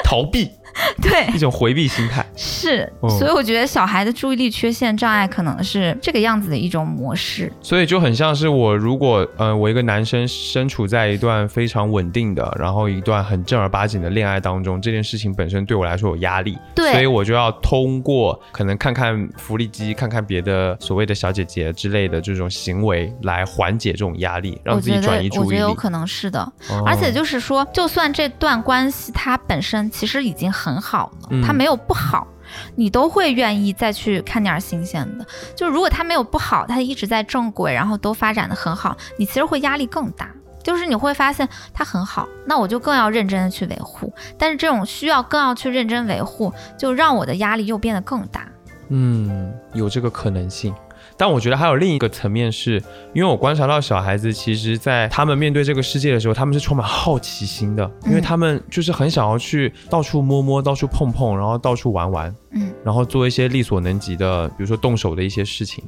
Speaker 2: 逃避
Speaker 1: 对，
Speaker 2: 一种回避心态。
Speaker 1: 是，
Speaker 2: 嗯
Speaker 1: 所以我觉得小孩的注意力缺陷障碍可能是这个样子的一种模式。
Speaker 2: 所以就很像是我，如果呃，我一个男生身处在一段非常稳定的，然后一段很正儿八经的恋爱当中，这件事情本身对我来说有压力，
Speaker 1: 对
Speaker 2: 所以我就要通过可能看看福利机，看看别的所谓的小姐姐之类的这种行为来缓解这种压力，让
Speaker 1: 我
Speaker 2: 自
Speaker 1: 觉
Speaker 2: 己
Speaker 1: 得
Speaker 2: 转移
Speaker 1: 我
Speaker 2: 注
Speaker 1: 觉
Speaker 2: 意
Speaker 1: 得
Speaker 2: 力。
Speaker 1: 有可能是的。
Speaker 2: 哦
Speaker 1: 而且就是说，就算这段关系它本身其实已经很好了，
Speaker 2: 嗯
Speaker 1: 它没有不好，你都会愿意再去看点儿新鲜的。就是如果它没有不好，它一直在正轨，然后都发展的很好，你其实会压力更大。就是你会发现它很好，那我就更要认真的去维护。但是这种需要更要去认真维护，就让我的压力又变得更大。
Speaker 2: 嗯，有这个可能性。但我觉得还有另一个层面是，因为我观察到小孩子，其实，在他们面对这个世界的时候，他们是充满好奇心的，因为
Speaker 1: 嗯
Speaker 2: 他们就是很想要去到处摸摸、到处碰碰，然后到处玩玩，
Speaker 1: 嗯，
Speaker 2: 然后做一些力所能及的，比如说动手的一些事 情，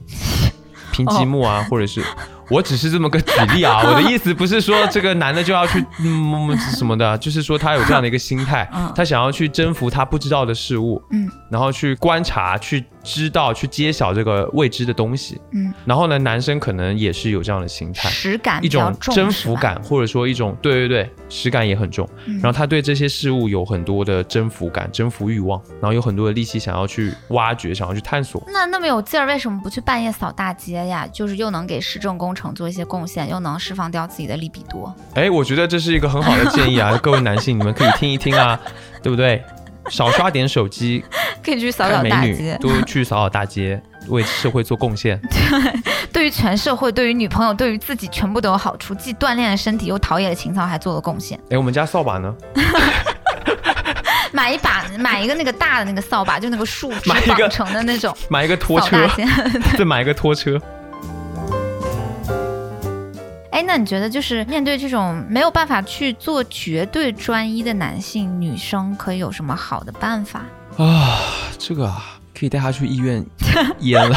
Speaker 2: 拼积木
Speaker 1: 哦
Speaker 2: 啊，或者是，我只是这么个举例 啊，我的意思不是说这个男的就要去嗯嗯什么的，就是说他有这样的一个心 态
Speaker 1: 嗯，
Speaker 2: 他想要去征服他不知道的事物，
Speaker 1: 嗯，
Speaker 2: 然后去观察、去知道、去揭晓这个未知的东西，
Speaker 1: 嗯，
Speaker 2: 然后呢，男生可能也是有这样的心态。
Speaker 1: 实感
Speaker 2: 一
Speaker 1: 比较
Speaker 2: 种
Speaker 1: 重，
Speaker 2: 征
Speaker 1: 是
Speaker 2: 服
Speaker 1: 吧，
Speaker 2: 感，或者说一种对对对，实感也很重。
Speaker 1: 嗯
Speaker 2: 然后他对这些事物有很多的征服感、征服欲望，然后有很多的力气想要去挖掘、想要去探索。
Speaker 1: 那那么有劲儿，为什么不去半夜扫大街呀？就是又能给市政工程做一些贡献，又能释放掉自己的利比多。
Speaker 2: 哎，我觉得这是一个很好的建议啊，各位男性，你们可以听一听 啊，对不对？少刷点手机，
Speaker 1: 可以去扫
Speaker 2: 看
Speaker 1: 扫
Speaker 2: 美
Speaker 1: 大
Speaker 2: 女
Speaker 1: 街，，
Speaker 2: 多去扫扫大街，为社会做贡献。
Speaker 1: 对于全社会、对于女朋友、对于自己，全部都有好处，既锻炼了身体，又陶冶了情操，还做了贡献。
Speaker 2: 哎，我们家扫把呢？
Speaker 1: 买一把，买一个那个大的那个扫把，就那个树枝
Speaker 2: 买一个
Speaker 1: 绑成的那种，
Speaker 2: 买一个拖
Speaker 1: 扫
Speaker 2: 车
Speaker 1: 大， 街。
Speaker 2: 再买一个拖车。
Speaker 1: 哎，那你觉得就是面对这种没有办法去做绝对专一的男性，女生可以有什么好的办法？
Speaker 2: 啊，这个啊，可以带他去医院淹 了。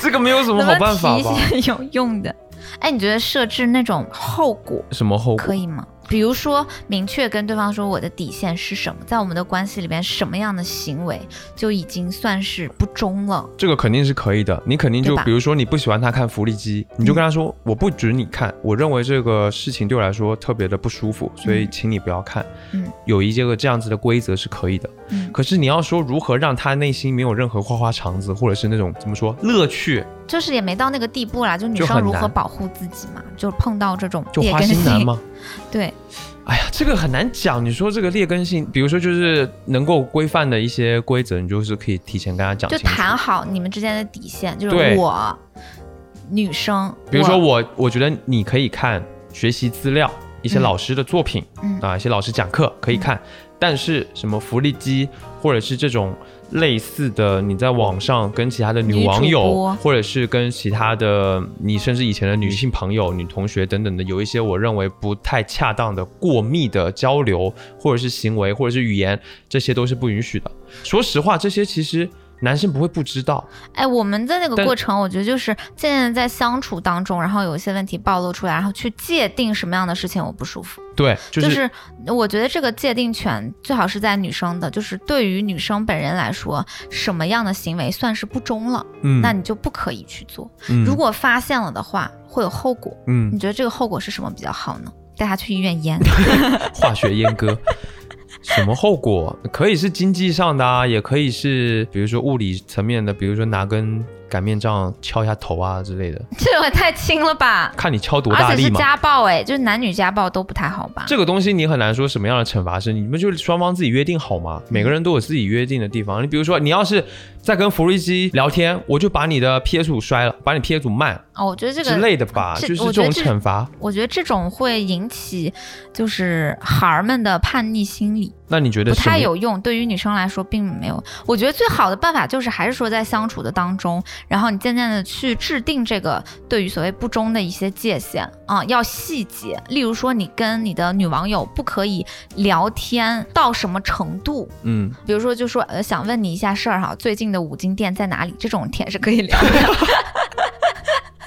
Speaker 2: 这个没有什么好办法
Speaker 1: 能不
Speaker 2: 吧
Speaker 1: 能？提一些有 用的？哎，你觉得设置那种后果
Speaker 2: 什么后果
Speaker 1: 可？以吗？比如说，明确跟对方说我的底线是什么，在我们的关系里边，什么样的行为就已经算是不忠了。
Speaker 2: 这个肯定是可以的。你肯定就
Speaker 1: 对吧嗯
Speaker 2: 比如说你不喜欢他看福利机，你就跟他说、我不准你看，我认为这个事情对我来说特别的不舒服，所以请你不要看。
Speaker 1: 嗯，
Speaker 2: 有一些个这样子的规则是可以的。
Speaker 1: 嗯，
Speaker 2: 可是你要说如何让他内心没有任何花花肠子，或者是那种怎么说乐趣，
Speaker 1: 就是也没到那个地步啦，就女
Speaker 2: 就
Speaker 1: 生
Speaker 2: 很
Speaker 1: 如何
Speaker 2: 难
Speaker 1: 保护自己嘛，就是碰到这种
Speaker 2: 就
Speaker 1: 劣
Speaker 2: 花
Speaker 1: 根
Speaker 2: 心男
Speaker 1: 性，
Speaker 2: 吗？
Speaker 1: 对，
Speaker 2: 哎呀，这个很难讲。你说这个劣根性，比如说就是能够规范的一些规则，你就是可以提前跟他讲
Speaker 1: 就
Speaker 2: 啊清楚。
Speaker 1: 谈好你们之间的底线，就是
Speaker 2: 对
Speaker 1: 我女生，
Speaker 2: 比如说我，我觉得你可以看学习资料，一些
Speaker 1: 嗯
Speaker 2: 老师的作品、
Speaker 1: 嗯
Speaker 2: 啊，一些老师讲课可以看，但是什么福利机或者是这种类似的，你在网上跟其他的
Speaker 1: 女
Speaker 2: 女
Speaker 1: 主
Speaker 2: 网友
Speaker 1: 播，
Speaker 2: 或者是跟其他的你甚至以前的女性朋友、女嗯同学等等的，有一些我认为不太恰当的过密的交流，或者是行为，或者是语言，这些都是不允许的。说实话，这些其实男生不会不知道，
Speaker 1: 哎，我们在那个
Speaker 2: 但
Speaker 1: 过程，我觉得就是渐渐地在相处当中，然后有一些问题暴露出来，然后去界定什么样的事情我不舒服。
Speaker 2: 对，就、
Speaker 1: 就是是我觉得这个界定权最好是在女生的，就是对于女生本人来说，什么样的行为算是不忠了，
Speaker 2: 嗯，
Speaker 1: 那你就不可以去做。
Speaker 2: 嗯
Speaker 1: 如果发现了的话，会有后果。
Speaker 2: 嗯
Speaker 1: 你觉得这个后果是什么比较好呢？带她去医院 验。
Speaker 2: 化学阉割。 什么后果？可以是经济上的啊，也可以是比如说物理层面的，比如说拿根擀面杖敲一下头啊之类的，
Speaker 1: 这也太轻了吧？
Speaker 2: 看你敲多大
Speaker 1: 而且
Speaker 2: 力
Speaker 1: 是
Speaker 2: 嘛。
Speaker 1: 家暴哎、就是男女家暴都不太好吧？
Speaker 2: 这个东西你很难说什么样的惩罚是，你们就双方自己约定好嘛，每个人都有自己约定的地方。你比如说，你要是在跟福瑞基聊天，我就把你的 PS 五摔了，把你 PS 五卖
Speaker 1: 哦，我觉得这
Speaker 2: 之
Speaker 1: 个，
Speaker 2: 类的吧，
Speaker 1: 这
Speaker 2: 就是
Speaker 1: 我
Speaker 2: 这
Speaker 1: 觉得
Speaker 2: 种
Speaker 1: 这
Speaker 2: 惩罚。
Speaker 1: 我觉得这种会引起就是孩儿们的叛逆心理，
Speaker 2: 那你觉得
Speaker 1: 不
Speaker 2: 什
Speaker 1: 太
Speaker 2: 么？
Speaker 1: 有用。对于女生来说，并没有。我觉得最好的办法就是还是说在相处的当中，然后你渐渐的去制定这个对于所谓不忠的一些界限啊、要细节。例如说，你跟你的女网友不可以聊天到什么程度，
Speaker 2: 嗯，
Speaker 1: 比如说就说呃想问你一下事儿哈，最近的五金店在哪里？这种天是可以聊的。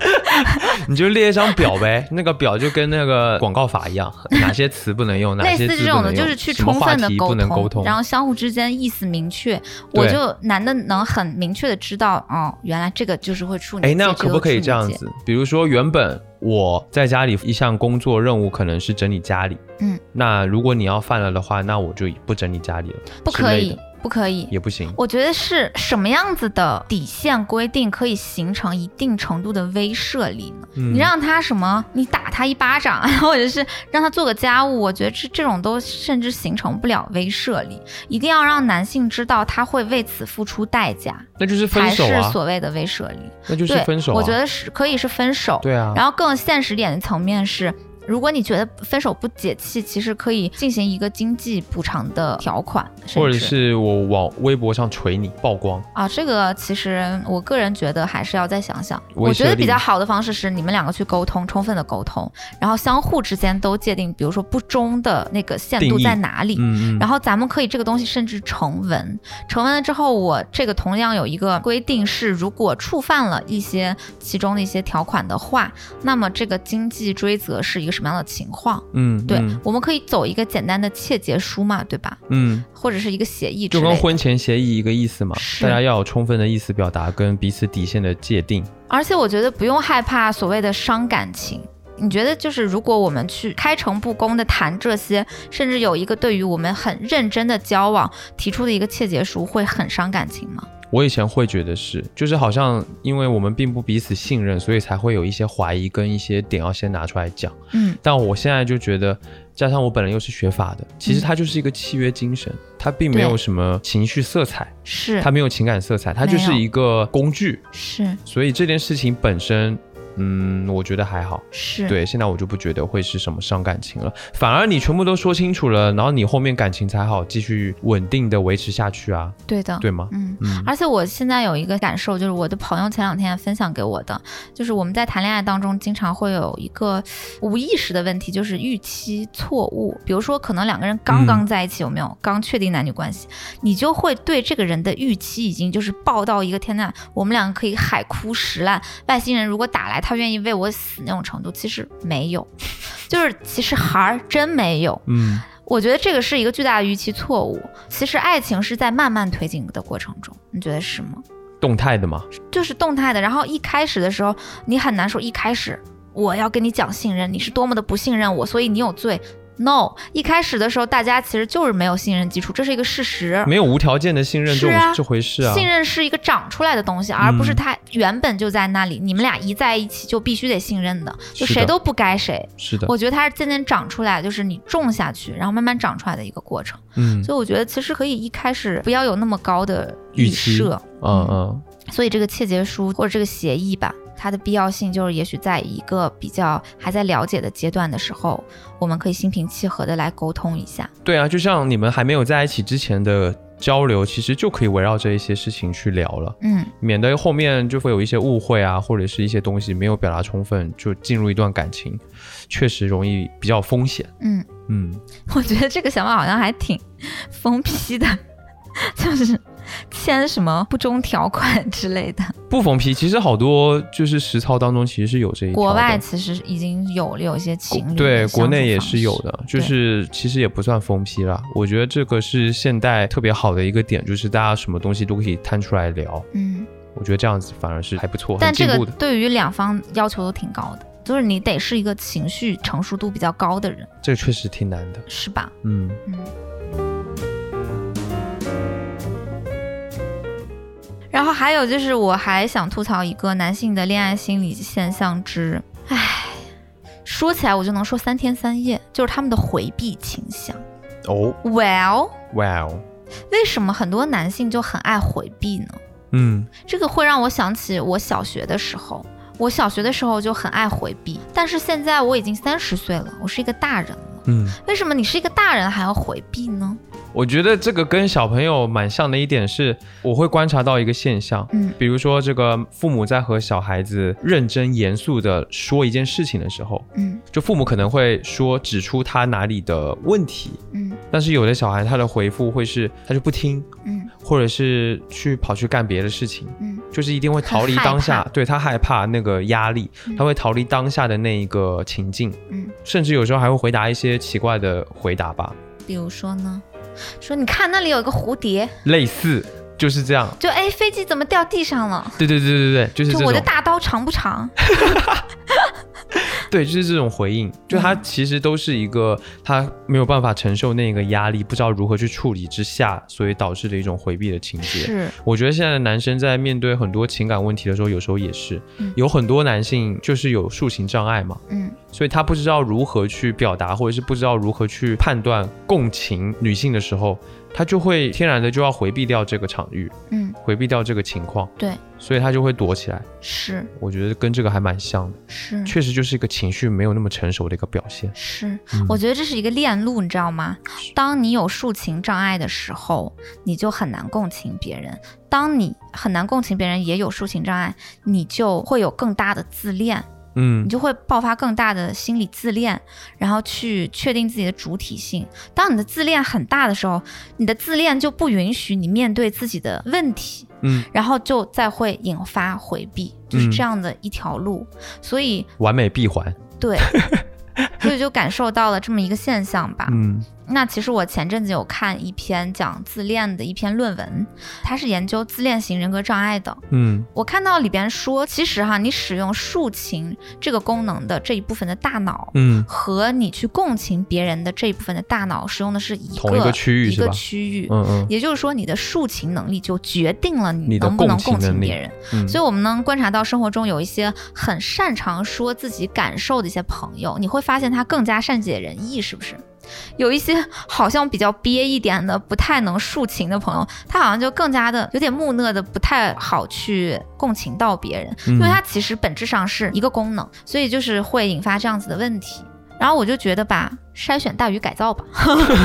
Speaker 2: 你就列一张 表呗，那个表就跟那个广告法一样， 哪些词不能用，哪
Speaker 1: 类
Speaker 2: 些
Speaker 1: 似
Speaker 2: 字
Speaker 1: 这
Speaker 2: 不
Speaker 1: 种
Speaker 2: 能
Speaker 1: 的，
Speaker 2: 用，
Speaker 1: 就是去
Speaker 2: 什么
Speaker 1: 充
Speaker 2: 话
Speaker 1: 分的
Speaker 2: 题
Speaker 1: 沟
Speaker 2: 不能沟
Speaker 1: 然后相互之间意思明确，
Speaker 2: 对
Speaker 1: 我就男的能很明确的知道，哦，原来这个就是会处女
Speaker 2: 哎
Speaker 1: 界，，
Speaker 2: 那
Speaker 1: 个
Speaker 2: 可不
Speaker 1: 会
Speaker 2: 可以
Speaker 1: 处女
Speaker 2: 这样
Speaker 1: 界？
Speaker 2: 子？比如说，原本我在家里一项工作任务可能是整理家里，
Speaker 1: 嗯，
Speaker 2: 那如果你要犯了的话，那我就不整理家里了，
Speaker 1: 不
Speaker 2: 之
Speaker 1: 可
Speaker 2: 类
Speaker 1: 以
Speaker 2: 的，
Speaker 1: 不可以。
Speaker 2: 也不行。
Speaker 1: 我觉得是什么样子的底线规定可以形成一定程度的威慑力呢？
Speaker 2: 嗯
Speaker 1: 你让他什么？你打他一巴掌， 或者是让他做个家务，我觉得这这种都甚至形成不了威慑力。一定要让男性知道他会为此付出代价，
Speaker 2: 那就是分
Speaker 1: 才
Speaker 2: 手
Speaker 1: 是
Speaker 2: 啊，
Speaker 1: 所谓的威慑力。
Speaker 2: 那就是
Speaker 1: 对，
Speaker 2: 分手啊。
Speaker 1: 我觉得是可以是分手。
Speaker 2: 对啊，
Speaker 1: 然后更现实点的层面是，如果你觉得分手不解气，其实可以进行一个经济补偿的条款，甚
Speaker 2: 或者
Speaker 1: 至
Speaker 2: 是我往微博上锤你曝光，
Speaker 1: 啊，这个其实我个人觉得还是要再想想。
Speaker 2: 威
Speaker 1: 我觉
Speaker 2: 慑
Speaker 1: 得比
Speaker 2: 力
Speaker 1: 较好的方式是你们两个去沟通，充分的沟通，然后相互之间都界定，比如说不忠的那个限
Speaker 2: 定
Speaker 1: 度
Speaker 2: 义
Speaker 1: 在哪里。
Speaker 2: 嗯嗯，
Speaker 1: 然后咱们可以这个东西甚至成文，成文了之后，我这个同样有一个规定是，如果触犯了一些其中的一些条款的话，那么这个经济追责是一个什么样的情况？
Speaker 2: 嗯，
Speaker 1: 对，
Speaker 2: 嗯
Speaker 1: 我们可以走一个简单的切结书嘛，对吧？
Speaker 2: 嗯，
Speaker 1: 或者是一个协议之
Speaker 2: 就
Speaker 1: 类
Speaker 2: 跟
Speaker 1: 的。
Speaker 2: 婚前协议一个意思嘛，
Speaker 1: 是
Speaker 2: 大家要有充分的意思表达跟彼此底线的界定。
Speaker 1: 而且我觉得不用害怕所谓的伤感情。你觉得就是，如果我们去开诚布公的谈这些，甚至有一个对于我们很认真的交往提出的一个切结书，会很伤感情吗？
Speaker 2: 我以前会觉得是，就是好像因为我们并不彼此信任，所以才会有一些怀疑跟一些点要先拿出来讲。
Speaker 1: 嗯，
Speaker 2: 但我现在就觉得，加上我本人又是学法的，其实它就是一个契约精神，它并没有
Speaker 1: 对
Speaker 2: 什么情绪色彩，
Speaker 1: 是
Speaker 2: 它没有情感色彩，它
Speaker 1: 没
Speaker 2: 就
Speaker 1: 有
Speaker 2: 是一个工具。
Speaker 1: 是
Speaker 2: 所以这件事情本身，嗯，我觉得还好。
Speaker 1: 是，
Speaker 2: 对，现在我就不觉得会是什么伤感情了，反而你全部都说清楚了，然后你后面感情才好继续稳定的维持下去啊，
Speaker 1: 对的，
Speaker 2: 对吗？
Speaker 1: 嗯。
Speaker 2: 嗯，
Speaker 1: 而且我现在有一个感受，就是我的朋友前两天分享给我的，就是我们在谈恋爱当中经常会有一个无意识的问题，就是预期错误。比如说，可能两个人刚刚在一起，有没有、刚确定男女关系，你就会对这个人的预期已经就是爆到一个天呐，我们两个可以海枯石烂，外星人如果打来，他愿意为我死那种程度。其实没有，就是其实孩儿真没有。
Speaker 2: 嗯，
Speaker 1: 我觉得这个是一个巨大的预期错误。其实爱情是在慢慢推进的过程中，你觉得是吗？
Speaker 2: 动态的嘛，
Speaker 1: 就是动态的。然后一开始的时候，你很难说一开始我要跟你讲信任，你是多么的不信任我，所以你有罪。No，一开始的时候大家其实就是没有信任基础，这是一个事实。
Speaker 2: 没有无条件的信任这种、
Speaker 1: 是啊
Speaker 2: 这回事啊。嗯
Speaker 1: 信任是一个长出来的东西，而不是它原本就在那里。你们俩一在一起就必须得信任的，就是
Speaker 2: 的
Speaker 1: 谁都不该谁。
Speaker 2: 是的，
Speaker 1: 我觉得它是渐渐长出来，就是你种下去，然后慢慢长出来的一个过程。
Speaker 2: 嗯
Speaker 1: 所以我觉得其实可以一开始不要有那么高的
Speaker 2: 预期
Speaker 1: 设，
Speaker 2: 嗯嗯，
Speaker 1: 所以这个切结书或者这个协议吧，它的必要性就是也许在一个比较还在了解的阶段的时候，我们可以心平气和的来沟通一下。
Speaker 2: 对啊，就像你们还没有在一起之前的交流，其实就可以围绕这一些事情去聊了，
Speaker 1: 嗯，
Speaker 2: 免得后面就会有一些误会啊，或者是一些东西没有表达充分就进入一段感情，确实容易比较有风险。
Speaker 1: 嗯，
Speaker 2: 嗯，
Speaker 1: 我觉得这个想法好像还挺疯批的， 就是签什么不忠条款之类的。
Speaker 2: 不缝皮其实好多就是实操当中其实是有这一条的
Speaker 1: 国外其实已经有了有一些情侣
Speaker 2: 对
Speaker 1: 的，
Speaker 2: 国内也
Speaker 1: 相处方
Speaker 2: 是有
Speaker 1: 式。
Speaker 2: 的，就是其实也不算封批啦。我觉得这个是现代特别好的一个点，就是大家什么东西都可以摊出来聊。
Speaker 1: 嗯，
Speaker 2: 我觉得这样子反而是还不错，
Speaker 1: 但
Speaker 2: 很
Speaker 1: 这
Speaker 2: 进
Speaker 1: 个
Speaker 2: 步的。
Speaker 1: 对于两方要求都挺高的，就是你得是一个情绪成熟度比较高的人，
Speaker 2: 这个确实挺难的。
Speaker 1: 是吧？
Speaker 2: 嗯，
Speaker 1: 嗯。然然后还有就是，我还想吐槽一个男性的恋爱心理现象之，唉，说起来我就能说三天三夜，就是他们的回避倾向。
Speaker 2: 哦
Speaker 1: Well，
Speaker 2: 哇哦，
Speaker 1: 为什么很多男性就很爱回避呢？
Speaker 2: 嗯
Speaker 1: 这个会让我想起我小学的时候，我小学的时候就很爱回避，但是现在我已经三十岁了，我是一个大人了，
Speaker 2: 嗯，
Speaker 1: 为什么你是一个大人还要回避呢？
Speaker 2: 我觉得这个跟小朋友蛮像的一点是，我会观察到一个现象，
Speaker 1: 嗯
Speaker 2: 比如说这个父母在和小孩子认真严肃的说一件事情的时候，
Speaker 1: 嗯
Speaker 2: 就父母可能会说指出他哪里的问题，
Speaker 1: 嗯
Speaker 2: 但是有的小孩他的回复会是他就不听，
Speaker 1: 嗯
Speaker 2: 或者是去跑去干别的事情，
Speaker 1: 嗯
Speaker 2: 就是一定会逃离
Speaker 1: 很害
Speaker 2: 当下
Speaker 1: 怕，
Speaker 2: 对他害怕那个压力，
Speaker 1: 嗯
Speaker 2: 他会逃离当下的那一个情境，
Speaker 1: 嗯，
Speaker 2: 甚至有时候还会回答一些奇怪的回答吧，
Speaker 1: 比如说呢，说你看那里有一个蝴蝶，
Speaker 2: 类似就是这样。
Speaker 1: 就哎飞机怎么掉地上了？
Speaker 2: 对对对对对，就是
Speaker 1: 就
Speaker 2: 这
Speaker 1: 我的
Speaker 2: 种，
Speaker 1: 大刀长不 长？
Speaker 2: 对，就是这种回
Speaker 1: 嗯
Speaker 2: 应，就他其实都是一个他没有办法承受那个压力，不知道如何去处理之下，所以导致的一种回避的情节。
Speaker 1: 是，
Speaker 2: 我觉得现在的男生在面对很多情感问题的时候，有时候也是
Speaker 1: 嗯
Speaker 2: 有很多男性就是有抒情障碍嘛，
Speaker 1: 嗯
Speaker 2: 所以他不知道如何去表达，或者是不知道如何去判断共情女性的时候，他就会天然的就要回避掉这个场域，
Speaker 1: 嗯，
Speaker 2: 回避掉这个情况，
Speaker 1: 对，
Speaker 2: 所以他就会躲起来。
Speaker 1: 是
Speaker 2: 我觉得跟这个还蛮像的，
Speaker 1: 是。
Speaker 2: 确实就是一个情绪没有那么成熟的一个表现。
Speaker 1: 是
Speaker 2: 嗯，
Speaker 1: 我觉得这是一个链路，你知道吗？当你有抒情障碍的时候，你就很难共情别人；当你很难共情别人，也有抒情障碍，你就会有更大的自恋，
Speaker 2: 嗯
Speaker 1: 你，就会爆发更大的心理自恋，然后去确定自己的主体性。当你的自恋很大的时候，你的自恋就不允许你面对自己的问题，
Speaker 2: 嗯，
Speaker 1: 然后就再会引发回避，就是这样的一条路。所以
Speaker 2: 完美闭环。
Speaker 1: 对， 所以就感受到了这么一个现象吧。
Speaker 2: 嗯
Speaker 1: 那其实我前阵子有看一篇讲自恋的一篇论文，它是研究自恋型人格障碍的。
Speaker 2: 嗯
Speaker 1: 我看到里边说，其实哈，你使用抒情这个功能的这一部分的大脑。
Speaker 2: 嗯
Speaker 1: 和你去共情别人的这一部分的大脑使用的是一个
Speaker 2: 同一个区域
Speaker 1: 一
Speaker 2: 是
Speaker 1: 个
Speaker 2: 吧
Speaker 1: 区域，
Speaker 2: 嗯嗯
Speaker 1: 也就是说你的抒情能力就决定了你
Speaker 2: 你的
Speaker 1: 能不能
Speaker 2: 共情
Speaker 1: 共情
Speaker 2: 能力
Speaker 1: 别人。
Speaker 2: 嗯，
Speaker 1: 所以我们能观察到生活中有一些很擅长说自己感受的一些朋友，你会发现他更加善解人意，是不是？有一些好像比较憋一点的、不太能抒情的朋友，他好像就更加的有点木讷的，不太好去共情到别人，
Speaker 2: 嗯
Speaker 1: 因为它其实本质上是一个功能，所以就是会引发这样子的问题。然后我就觉得吧，筛选大于改造吧。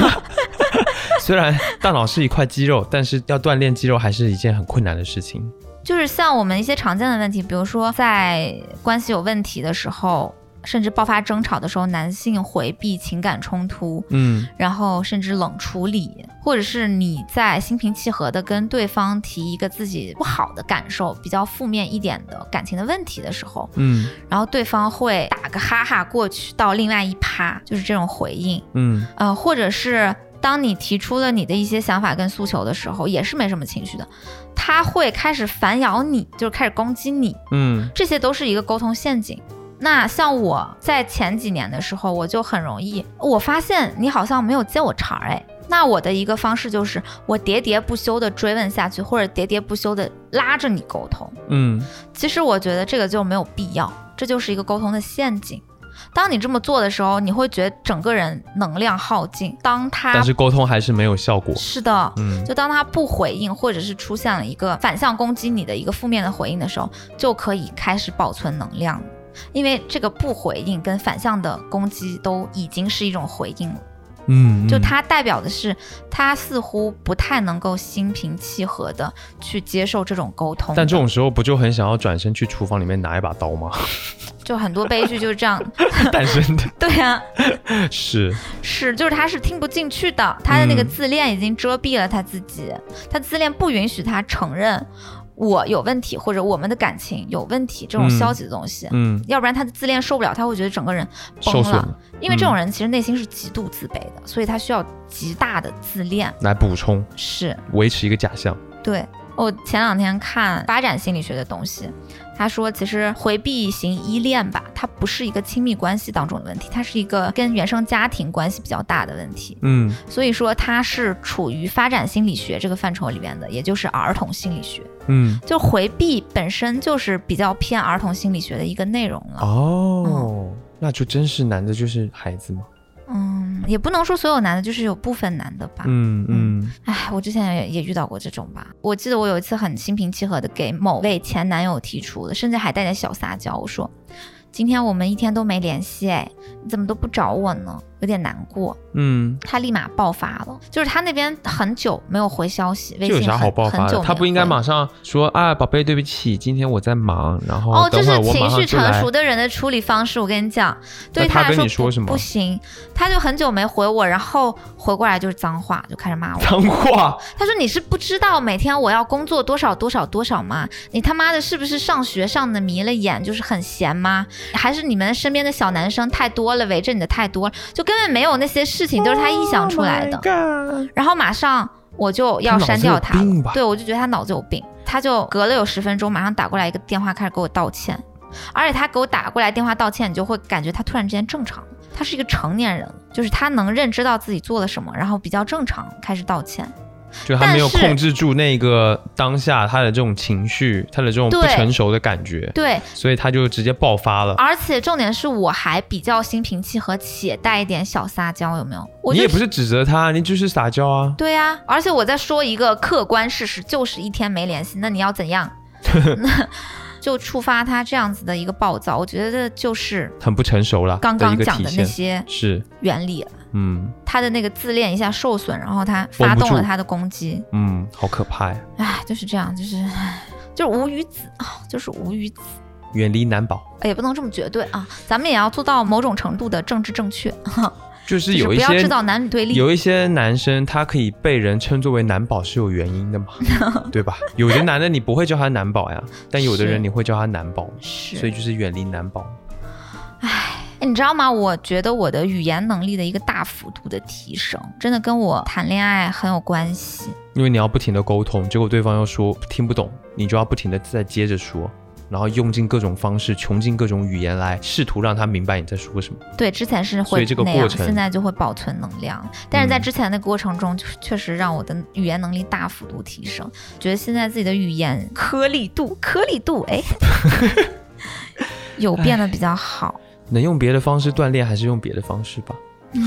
Speaker 2: 虽然大脑是一块肌肉，但是要锻炼肌肉还是一件很困难的事情。
Speaker 1: 就是像我们一些常见的问题，比如说在关系有问题的时候，甚至爆发争吵的时候，男性回避情感冲突，
Speaker 2: 嗯
Speaker 1: 然后甚至冷处理，或者是你在心平气和的跟对方提一个自己不好的感受，比较负面一点的感情的问题的时候，
Speaker 2: 嗯
Speaker 1: 然后对方会打个哈哈过去到另外一趴，就是这种回应。
Speaker 2: 嗯
Speaker 1: 呃，或者是当你提出了你的一些想法跟诉求的时候，也是没什么情绪的，他会开始反咬你，就是开始攻击你，
Speaker 2: 嗯
Speaker 1: 这些都是一个沟通陷阱。那像我在前几年的时候，我就很容易，我发现你好像没有接我茬儿哎。那我的一个方式就是，我喋喋不休的追问下去，或者喋喋不休的拉着你沟通。
Speaker 2: 嗯
Speaker 1: 其实我觉得这个就没有必要，这就是一个沟通的陷阱。当你这么做的时候，你会觉得整个人能量耗尽。当他
Speaker 2: 但是沟通还是没有效果。
Speaker 1: 是的，
Speaker 2: 嗯
Speaker 1: 就当他不回应，或者是出现了一个反向攻击你的一个负面的回应的时候，就可以开始保存能量，因为这个不回应跟反向的攻击都已经是一种回应了。
Speaker 2: 嗯，
Speaker 1: 就
Speaker 2: 嗯，
Speaker 1: 它代表的是，他似乎不太能够心平气和的去接受这种沟通的。
Speaker 2: 但这种时候不就很想要转身去厨房里面拿一把 刀吗？
Speaker 1: 就很多悲剧就是这样，
Speaker 2: 诞生的
Speaker 1: 对啊呀、
Speaker 2: 是，
Speaker 1: 是，就是他是听不进去的，他的那个
Speaker 2: 嗯
Speaker 1: 自恋已经遮蔽了他自己，他自恋不允许他承认我有问题或者我们的感情有问题这种
Speaker 2: 嗯
Speaker 1: 消极的东西，
Speaker 2: 嗯，
Speaker 1: 要不然他的自恋受不了，他会觉得整个人
Speaker 2: 受
Speaker 1: 崩
Speaker 2: 损嗯
Speaker 1: 了。
Speaker 2: 了
Speaker 1: 因为这种人其实内心是极度自卑的，所以他需要极大的自恋，
Speaker 2: 来补充，
Speaker 1: 是
Speaker 2: 维持一个假象。
Speaker 1: 对。我前两天看发展心理学的东西，他说其实回避型依恋吧，它不是一个亲密关系当中的问题，它是一个跟原生家庭关系比较大的问题。
Speaker 2: 嗯
Speaker 1: 所以说，它是处于发展心理学这个范畴里面的，也就是儿童心理学。
Speaker 2: 嗯，
Speaker 1: 就回避本身就是比较偏儿童心理学的一个内容了。
Speaker 2: 哦，那就真是男的就是孩子嘛。
Speaker 1: 嗯，也不能说所有男的，就是有部分男的吧。
Speaker 2: 嗯嗯
Speaker 1: 嗯唉，我之前也也遇到过这种吧。我记得我有一次很心平气和的给某位前男友提出的，甚至还带点小撒娇，我说：“今天我们一天都没联系，哎，你怎么都不找我呢？有点难过。
Speaker 2: 嗯”，
Speaker 1: 他立马爆发了，就是他那边很久没有回消息，微
Speaker 2: 这有
Speaker 1: 信
Speaker 2: 啥
Speaker 1: 很
Speaker 2: 好爆发
Speaker 1: 很久
Speaker 2: 的？
Speaker 1: 没
Speaker 2: 他不应该
Speaker 1: 回
Speaker 2: 马上说啊，宝贝，对不起，今天我在忙，然后
Speaker 1: 哦，这
Speaker 2: 等会
Speaker 1: 是
Speaker 2: 儿我马
Speaker 1: 情
Speaker 2: 上
Speaker 1: 绪
Speaker 2: 就
Speaker 1: 成
Speaker 2: 来
Speaker 1: 熟。的人的处理方式。我跟你讲，对于
Speaker 2: 那他
Speaker 1: 来
Speaker 2: 跟
Speaker 1: 说
Speaker 2: 你说
Speaker 1: 不
Speaker 2: 什么
Speaker 1: 不行，他就很久没回我，然后回过来就是脏话，就开始骂我。
Speaker 2: 脏 话，
Speaker 1: 他说你是不知道每天我要工作多少多少多少吗？你他妈的是不是上学上的迷了眼，就是很闲吗？还是你们身边的小男生太多了，围着你的太多了，就根本没有那些事情都是他臆想出来
Speaker 2: 哦
Speaker 1: 的。然后马上我就要删掉他
Speaker 2: 他脑子有病
Speaker 1: 了
Speaker 2: 吧，
Speaker 1: 对我就觉得他脑子有病，他就隔了有十分钟，马上打过来一个电话，开始给我道歉，而且他给我打过来电话道歉，你就会感觉他突然之间正常了，他是一个成年人了，就是他能认知到自己做了什么，然后比较正常开始道歉。
Speaker 2: 就他没有
Speaker 1: 但是
Speaker 2: 控制住那个当下他的这种情绪，他的这种不
Speaker 1: 对
Speaker 2: 成熟的感觉，
Speaker 1: 对，
Speaker 2: 所以他就直接爆发了。
Speaker 1: 而且重点是我还比较心平气和且带一点小撒娇，有没有？我
Speaker 2: 你
Speaker 1: 就
Speaker 2: 也不是指责他，你就是撒娇啊。
Speaker 1: 对呀、而且我在说一个客观事实，就是一天没联系，那你要怎 样？那就触发他这样子的一个暴躁，我觉得就是
Speaker 2: 很不成熟了，
Speaker 1: 刚
Speaker 2: 一
Speaker 1: 刚
Speaker 2: 个
Speaker 1: 讲
Speaker 2: 体
Speaker 1: 的那
Speaker 2: 现
Speaker 1: 些
Speaker 2: 是，
Speaker 1: 原理，
Speaker 2: 嗯
Speaker 1: 他的那个自恋一下受损，然后他发动
Speaker 2: 绷不
Speaker 1: 了
Speaker 2: 住
Speaker 1: 他的攻击，
Speaker 2: 嗯，好可怕呀！
Speaker 1: 唉，就是这样，就是唉就是无语子啊，就是无语子。哎
Speaker 2: 远离难保，
Speaker 1: 也不能这么绝对啊，咱们也要做到某种程度的政治正确，
Speaker 2: 就
Speaker 1: 就
Speaker 2: 是
Speaker 1: 是
Speaker 2: 有
Speaker 1: 不
Speaker 2: 一
Speaker 1: 要
Speaker 2: 些
Speaker 1: 制造男女对立。
Speaker 2: 有一些男生他可以被人称作为男宝是有原因 的嘛，对吧？有的男的你不会叫他男宝呀，但有的
Speaker 1: 是
Speaker 2: 人你会叫他男宝，
Speaker 1: 是，
Speaker 2: 所以就是远离男宝。
Speaker 1: 哎，你知道吗？我觉得我的语言能力的一个大幅度的提升，真的跟我谈恋爱很有关系。
Speaker 2: 因为你要不停的沟通，结果对方又说听不懂，你就要不停的再接着说，然后用尽各种方式，穷尽各种语言来试图让他明白你在说什么。
Speaker 1: 对，之前是
Speaker 2: 所以
Speaker 1: 会
Speaker 2: 这个
Speaker 1: 那
Speaker 2: 过
Speaker 1: 样，
Speaker 2: 程
Speaker 1: 现在就会保存能量。但是在
Speaker 2: 嗯
Speaker 1: 之前的那个过程中，就是确实让我的语言能力大幅度提升，觉得现在自己的语言颗粒度、颗粒度， 哎，有变得比较好。
Speaker 2: 能用别的方式锻炼，还是用别的方式吧，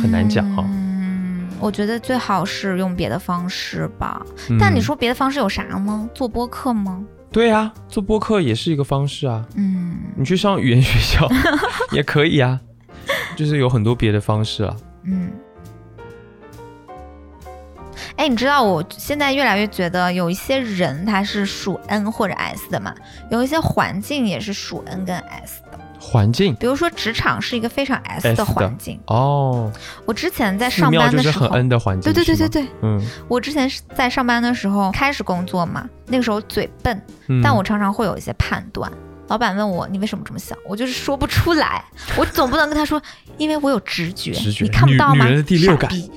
Speaker 2: 很难讲啊哈、
Speaker 1: 嗯，我觉得最好是用别的方式吧。
Speaker 2: 嗯
Speaker 1: 但你说别的方式有啥吗？做播客吗？
Speaker 2: 对呀、做播客也是一个方式啊。
Speaker 1: 嗯
Speaker 2: 你去上语言学 校也可以啊，就是有很多别的方式啊。
Speaker 1: 嗯，哎，你知道我现在越来越觉得有一些人他是属 N 或者 S 的嘛，有一些环境也是属 N 跟 S 的，
Speaker 2: 环境
Speaker 1: 比如说职场是一个非常 S
Speaker 2: S 的
Speaker 1: 的环境。
Speaker 2: 哦，
Speaker 1: 我之前在
Speaker 2: 寺
Speaker 1: 上
Speaker 2: 庙
Speaker 1: 班
Speaker 2: 就
Speaker 1: 的
Speaker 2: 是
Speaker 1: 时
Speaker 2: 很
Speaker 1: 候，
Speaker 2: N 的环境，
Speaker 1: 对对对对
Speaker 2: 是吗，
Speaker 1: 对，
Speaker 2: 嗯
Speaker 1: 我之前是在上班的时候开始工作嘛，那个时候嘴笨，
Speaker 2: 嗯，
Speaker 1: 但我常常会有一些判断。老板问我你为什么这么想，我就是说不出来，我总不能跟他说，因为我有直觉，
Speaker 2: 直觉
Speaker 1: 你看不
Speaker 2: 女
Speaker 1: 到吗？
Speaker 2: 女人的第六
Speaker 1: 傻
Speaker 2: 感
Speaker 1: 逼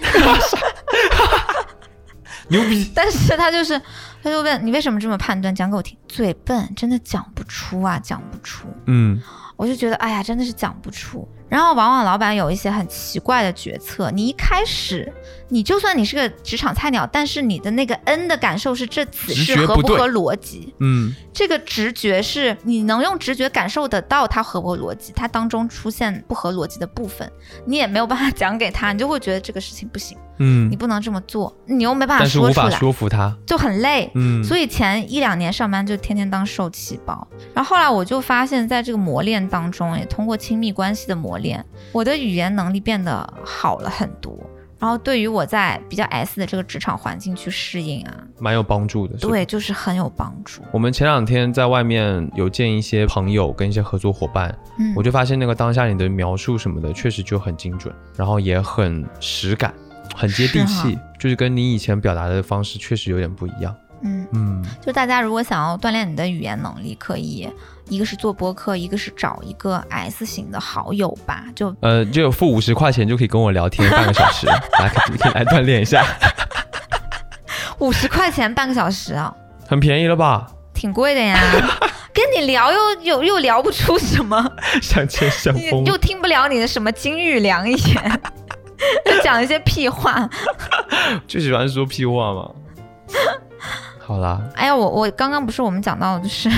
Speaker 2: 牛逼，
Speaker 1: 但是他就是，他就问你为什么这么判断，讲给我听。嘴笨，真的讲不出啊，讲不出。
Speaker 2: 嗯
Speaker 1: 我就觉得，哎呀，真的是讲不出。然后往往老板有一些很奇怪的决策，你一开始，你就算你是个职场菜鸟，但是你的那个 N 的感受是这此
Speaker 2: 直
Speaker 1: 事
Speaker 2: 觉
Speaker 1: 合
Speaker 2: 不
Speaker 1: 不
Speaker 2: 对
Speaker 1: 合逻辑，
Speaker 2: 嗯，
Speaker 1: 这个直觉是你能用直觉感受得到它合不合逻辑，它当中出现不合逻辑的部分，你也没有办法讲给他，你就会觉得这个事情不行，你
Speaker 2: 嗯，
Speaker 1: 不能这么做，你又没办法
Speaker 2: 但是
Speaker 1: 说
Speaker 2: 无
Speaker 1: 出
Speaker 2: 法
Speaker 1: 来，
Speaker 2: 说服他，
Speaker 1: 就很累。
Speaker 2: 嗯，
Speaker 1: 所
Speaker 2: 以
Speaker 1: 以前一两年上班就天天当受气包，然后后来我就发现，在这个磨练当中，也通过亲密关系的磨练，我的语言能力变得好了很多。然后对于我在比较 S 的这个职场环境去适应啊，
Speaker 2: 蛮有帮助的。是吧，
Speaker 1: 对，就是很有帮助。
Speaker 2: 我们前两天在外面有见一些朋友跟一些合作伙伴，
Speaker 1: 嗯，
Speaker 2: 我就发现那个当下你的描述什么的，确实就很精准，然后也很实感，很接地气，
Speaker 1: 是啊
Speaker 2: 就是跟你以前表达的方式确实有点不一样。
Speaker 1: 嗯，
Speaker 2: 嗯，
Speaker 1: 就大家如果想要锻炼你的语言能力，可以一个是做播客，一个是找一个 S 型的好友吧，就
Speaker 2: 呃，就付五十块钱就可以跟我聊天半个小时，来，可以可以来锻炼一下，
Speaker 1: 五十块钱半个小时啊，
Speaker 2: 很便宜了吧？
Speaker 1: 挺贵的 呀。跟你聊又又又聊不出什么，
Speaker 2: 相见相
Speaker 1: 你
Speaker 2: 逢，
Speaker 1: 又听不了你的什么金玉良言，就讲一些屁话。
Speaker 2: 就喜欢说屁话嘛。好啦，
Speaker 1: 哎呀，我我刚刚不是我们讲到，就是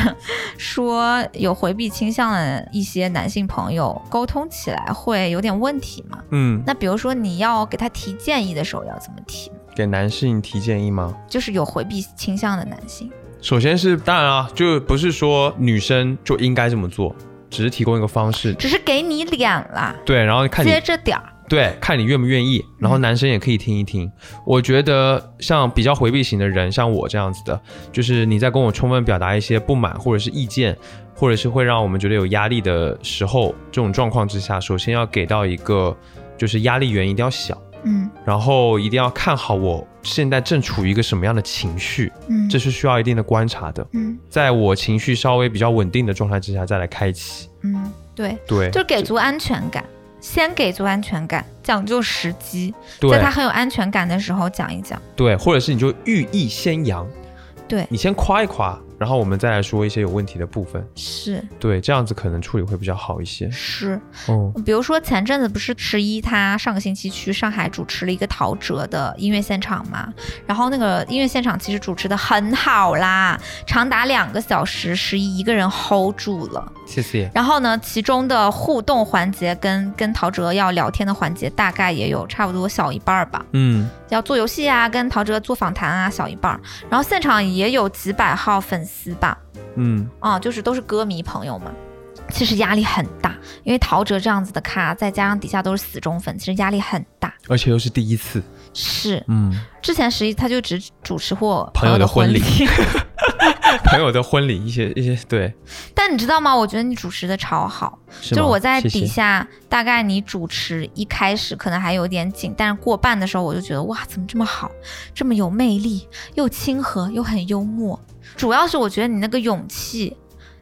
Speaker 1: 说有回避倾向的一些男性朋友，沟通起来会有点问题嘛？
Speaker 2: 嗯，
Speaker 1: 那比如说你要给他提建议的时候，要怎么提？
Speaker 2: 给男性提建议吗？
Speaker 1: 就是有回避倾向的男性，
Speaker 2: 首先是当然啊，就不是说女生就应该这么做，只是提供一个方式。
Speaker 1: 只是给你脸啦，
Speaker 2: 对，然后看你
Speaker 1: 接着点儿。
Speaker 2: 对，看你愿不愿意。然后男生也可以听一听。我觉得像比较回避型的人，像我这样子的，就是你在跟我充分表达一些不满或者是意见，或者是会让我们觉得有压力的时候，这种状况之下，首先要给到一个就是压力源一定要小，
Speaker 1: 嗯
Speaker 2: 然后一定要看好我现在正处于一个什么样的情绪，
Speaker 1: 嗯，
Speaker 2: 这是需要一定的观察的。
Speaker 1: 嗯
Speaker 2: 在我情绪稍微比较稳定的状态之下再来开启。
Speaker 1: 嗯，对，
Speaker 2: 对，
Speaker 1: 就是给足安全感，先给足安全感，讲究时机，在
Speaker 2: 对
Speaker 1: 他很有安全感的时候讲一讲。
Speaker 2: 对，或者是你就寓意先扬，
Speaker 1: 对
Speaker 2: 你先夸一夸，然后我们再来说一些有问题的部分。
Speaker 1: 是
Speaker 2: 对，这样子可能处理会比较好一些。
Speaker 1: 是，
Speaker 2: 哦，
Speaker 1: 比如说前阵子不是十一他上个星期去上海主持了一个陶喆的音乐现场嘛，然后那个音乐现场其实主持的很好啦，长达两个小时，十一一个人 hold 住了。
Speaker 2: 谢谢。
Speaker 1: 然后呢，其中的互动环节跟跟陶喆要聊天的环节大概也有差不多小一半儿吧，
Speaker 2: 嗯，
Speaker 1: 要做游戏啊，跟陶喆做访谈啊，小一半儿。然后现场也有几百号粉丝吧，
Speaker 2: 嗯，
Speaker 1: 啊，就是都是歌迷朋友嘛。其实压力很大，因为陶喆这样子的咖，再加上底下都是死忠粉，其实压力很大。
Speaker 2: 而且又是第一次。
Speaker 1: 是，
Speaker 2: 嗯，
Speaker 1: 之前实际他就只主持过
Speaker 2: 朋友的
Speaker 1: 的
Speaker 2: 婚
Speaker 1: 礼，
Speaker 2: 朋 友的婚礼一些一些，对，
Speaker 1: 但你知道吗？我觉得你主持的超好，
Speaker 2: 是
Speaker 1: 就是
Speaker 2: 吗
Speaker 1: 我在
Speaker 2: 谢谢
Speaker 1: 底下，大概你主持一开始可能还有点紧，但是过半的时候我就觉得哇，怎么这么好，这么有魅力，又亲和又很幽默。主要是我觉得你那个勇气，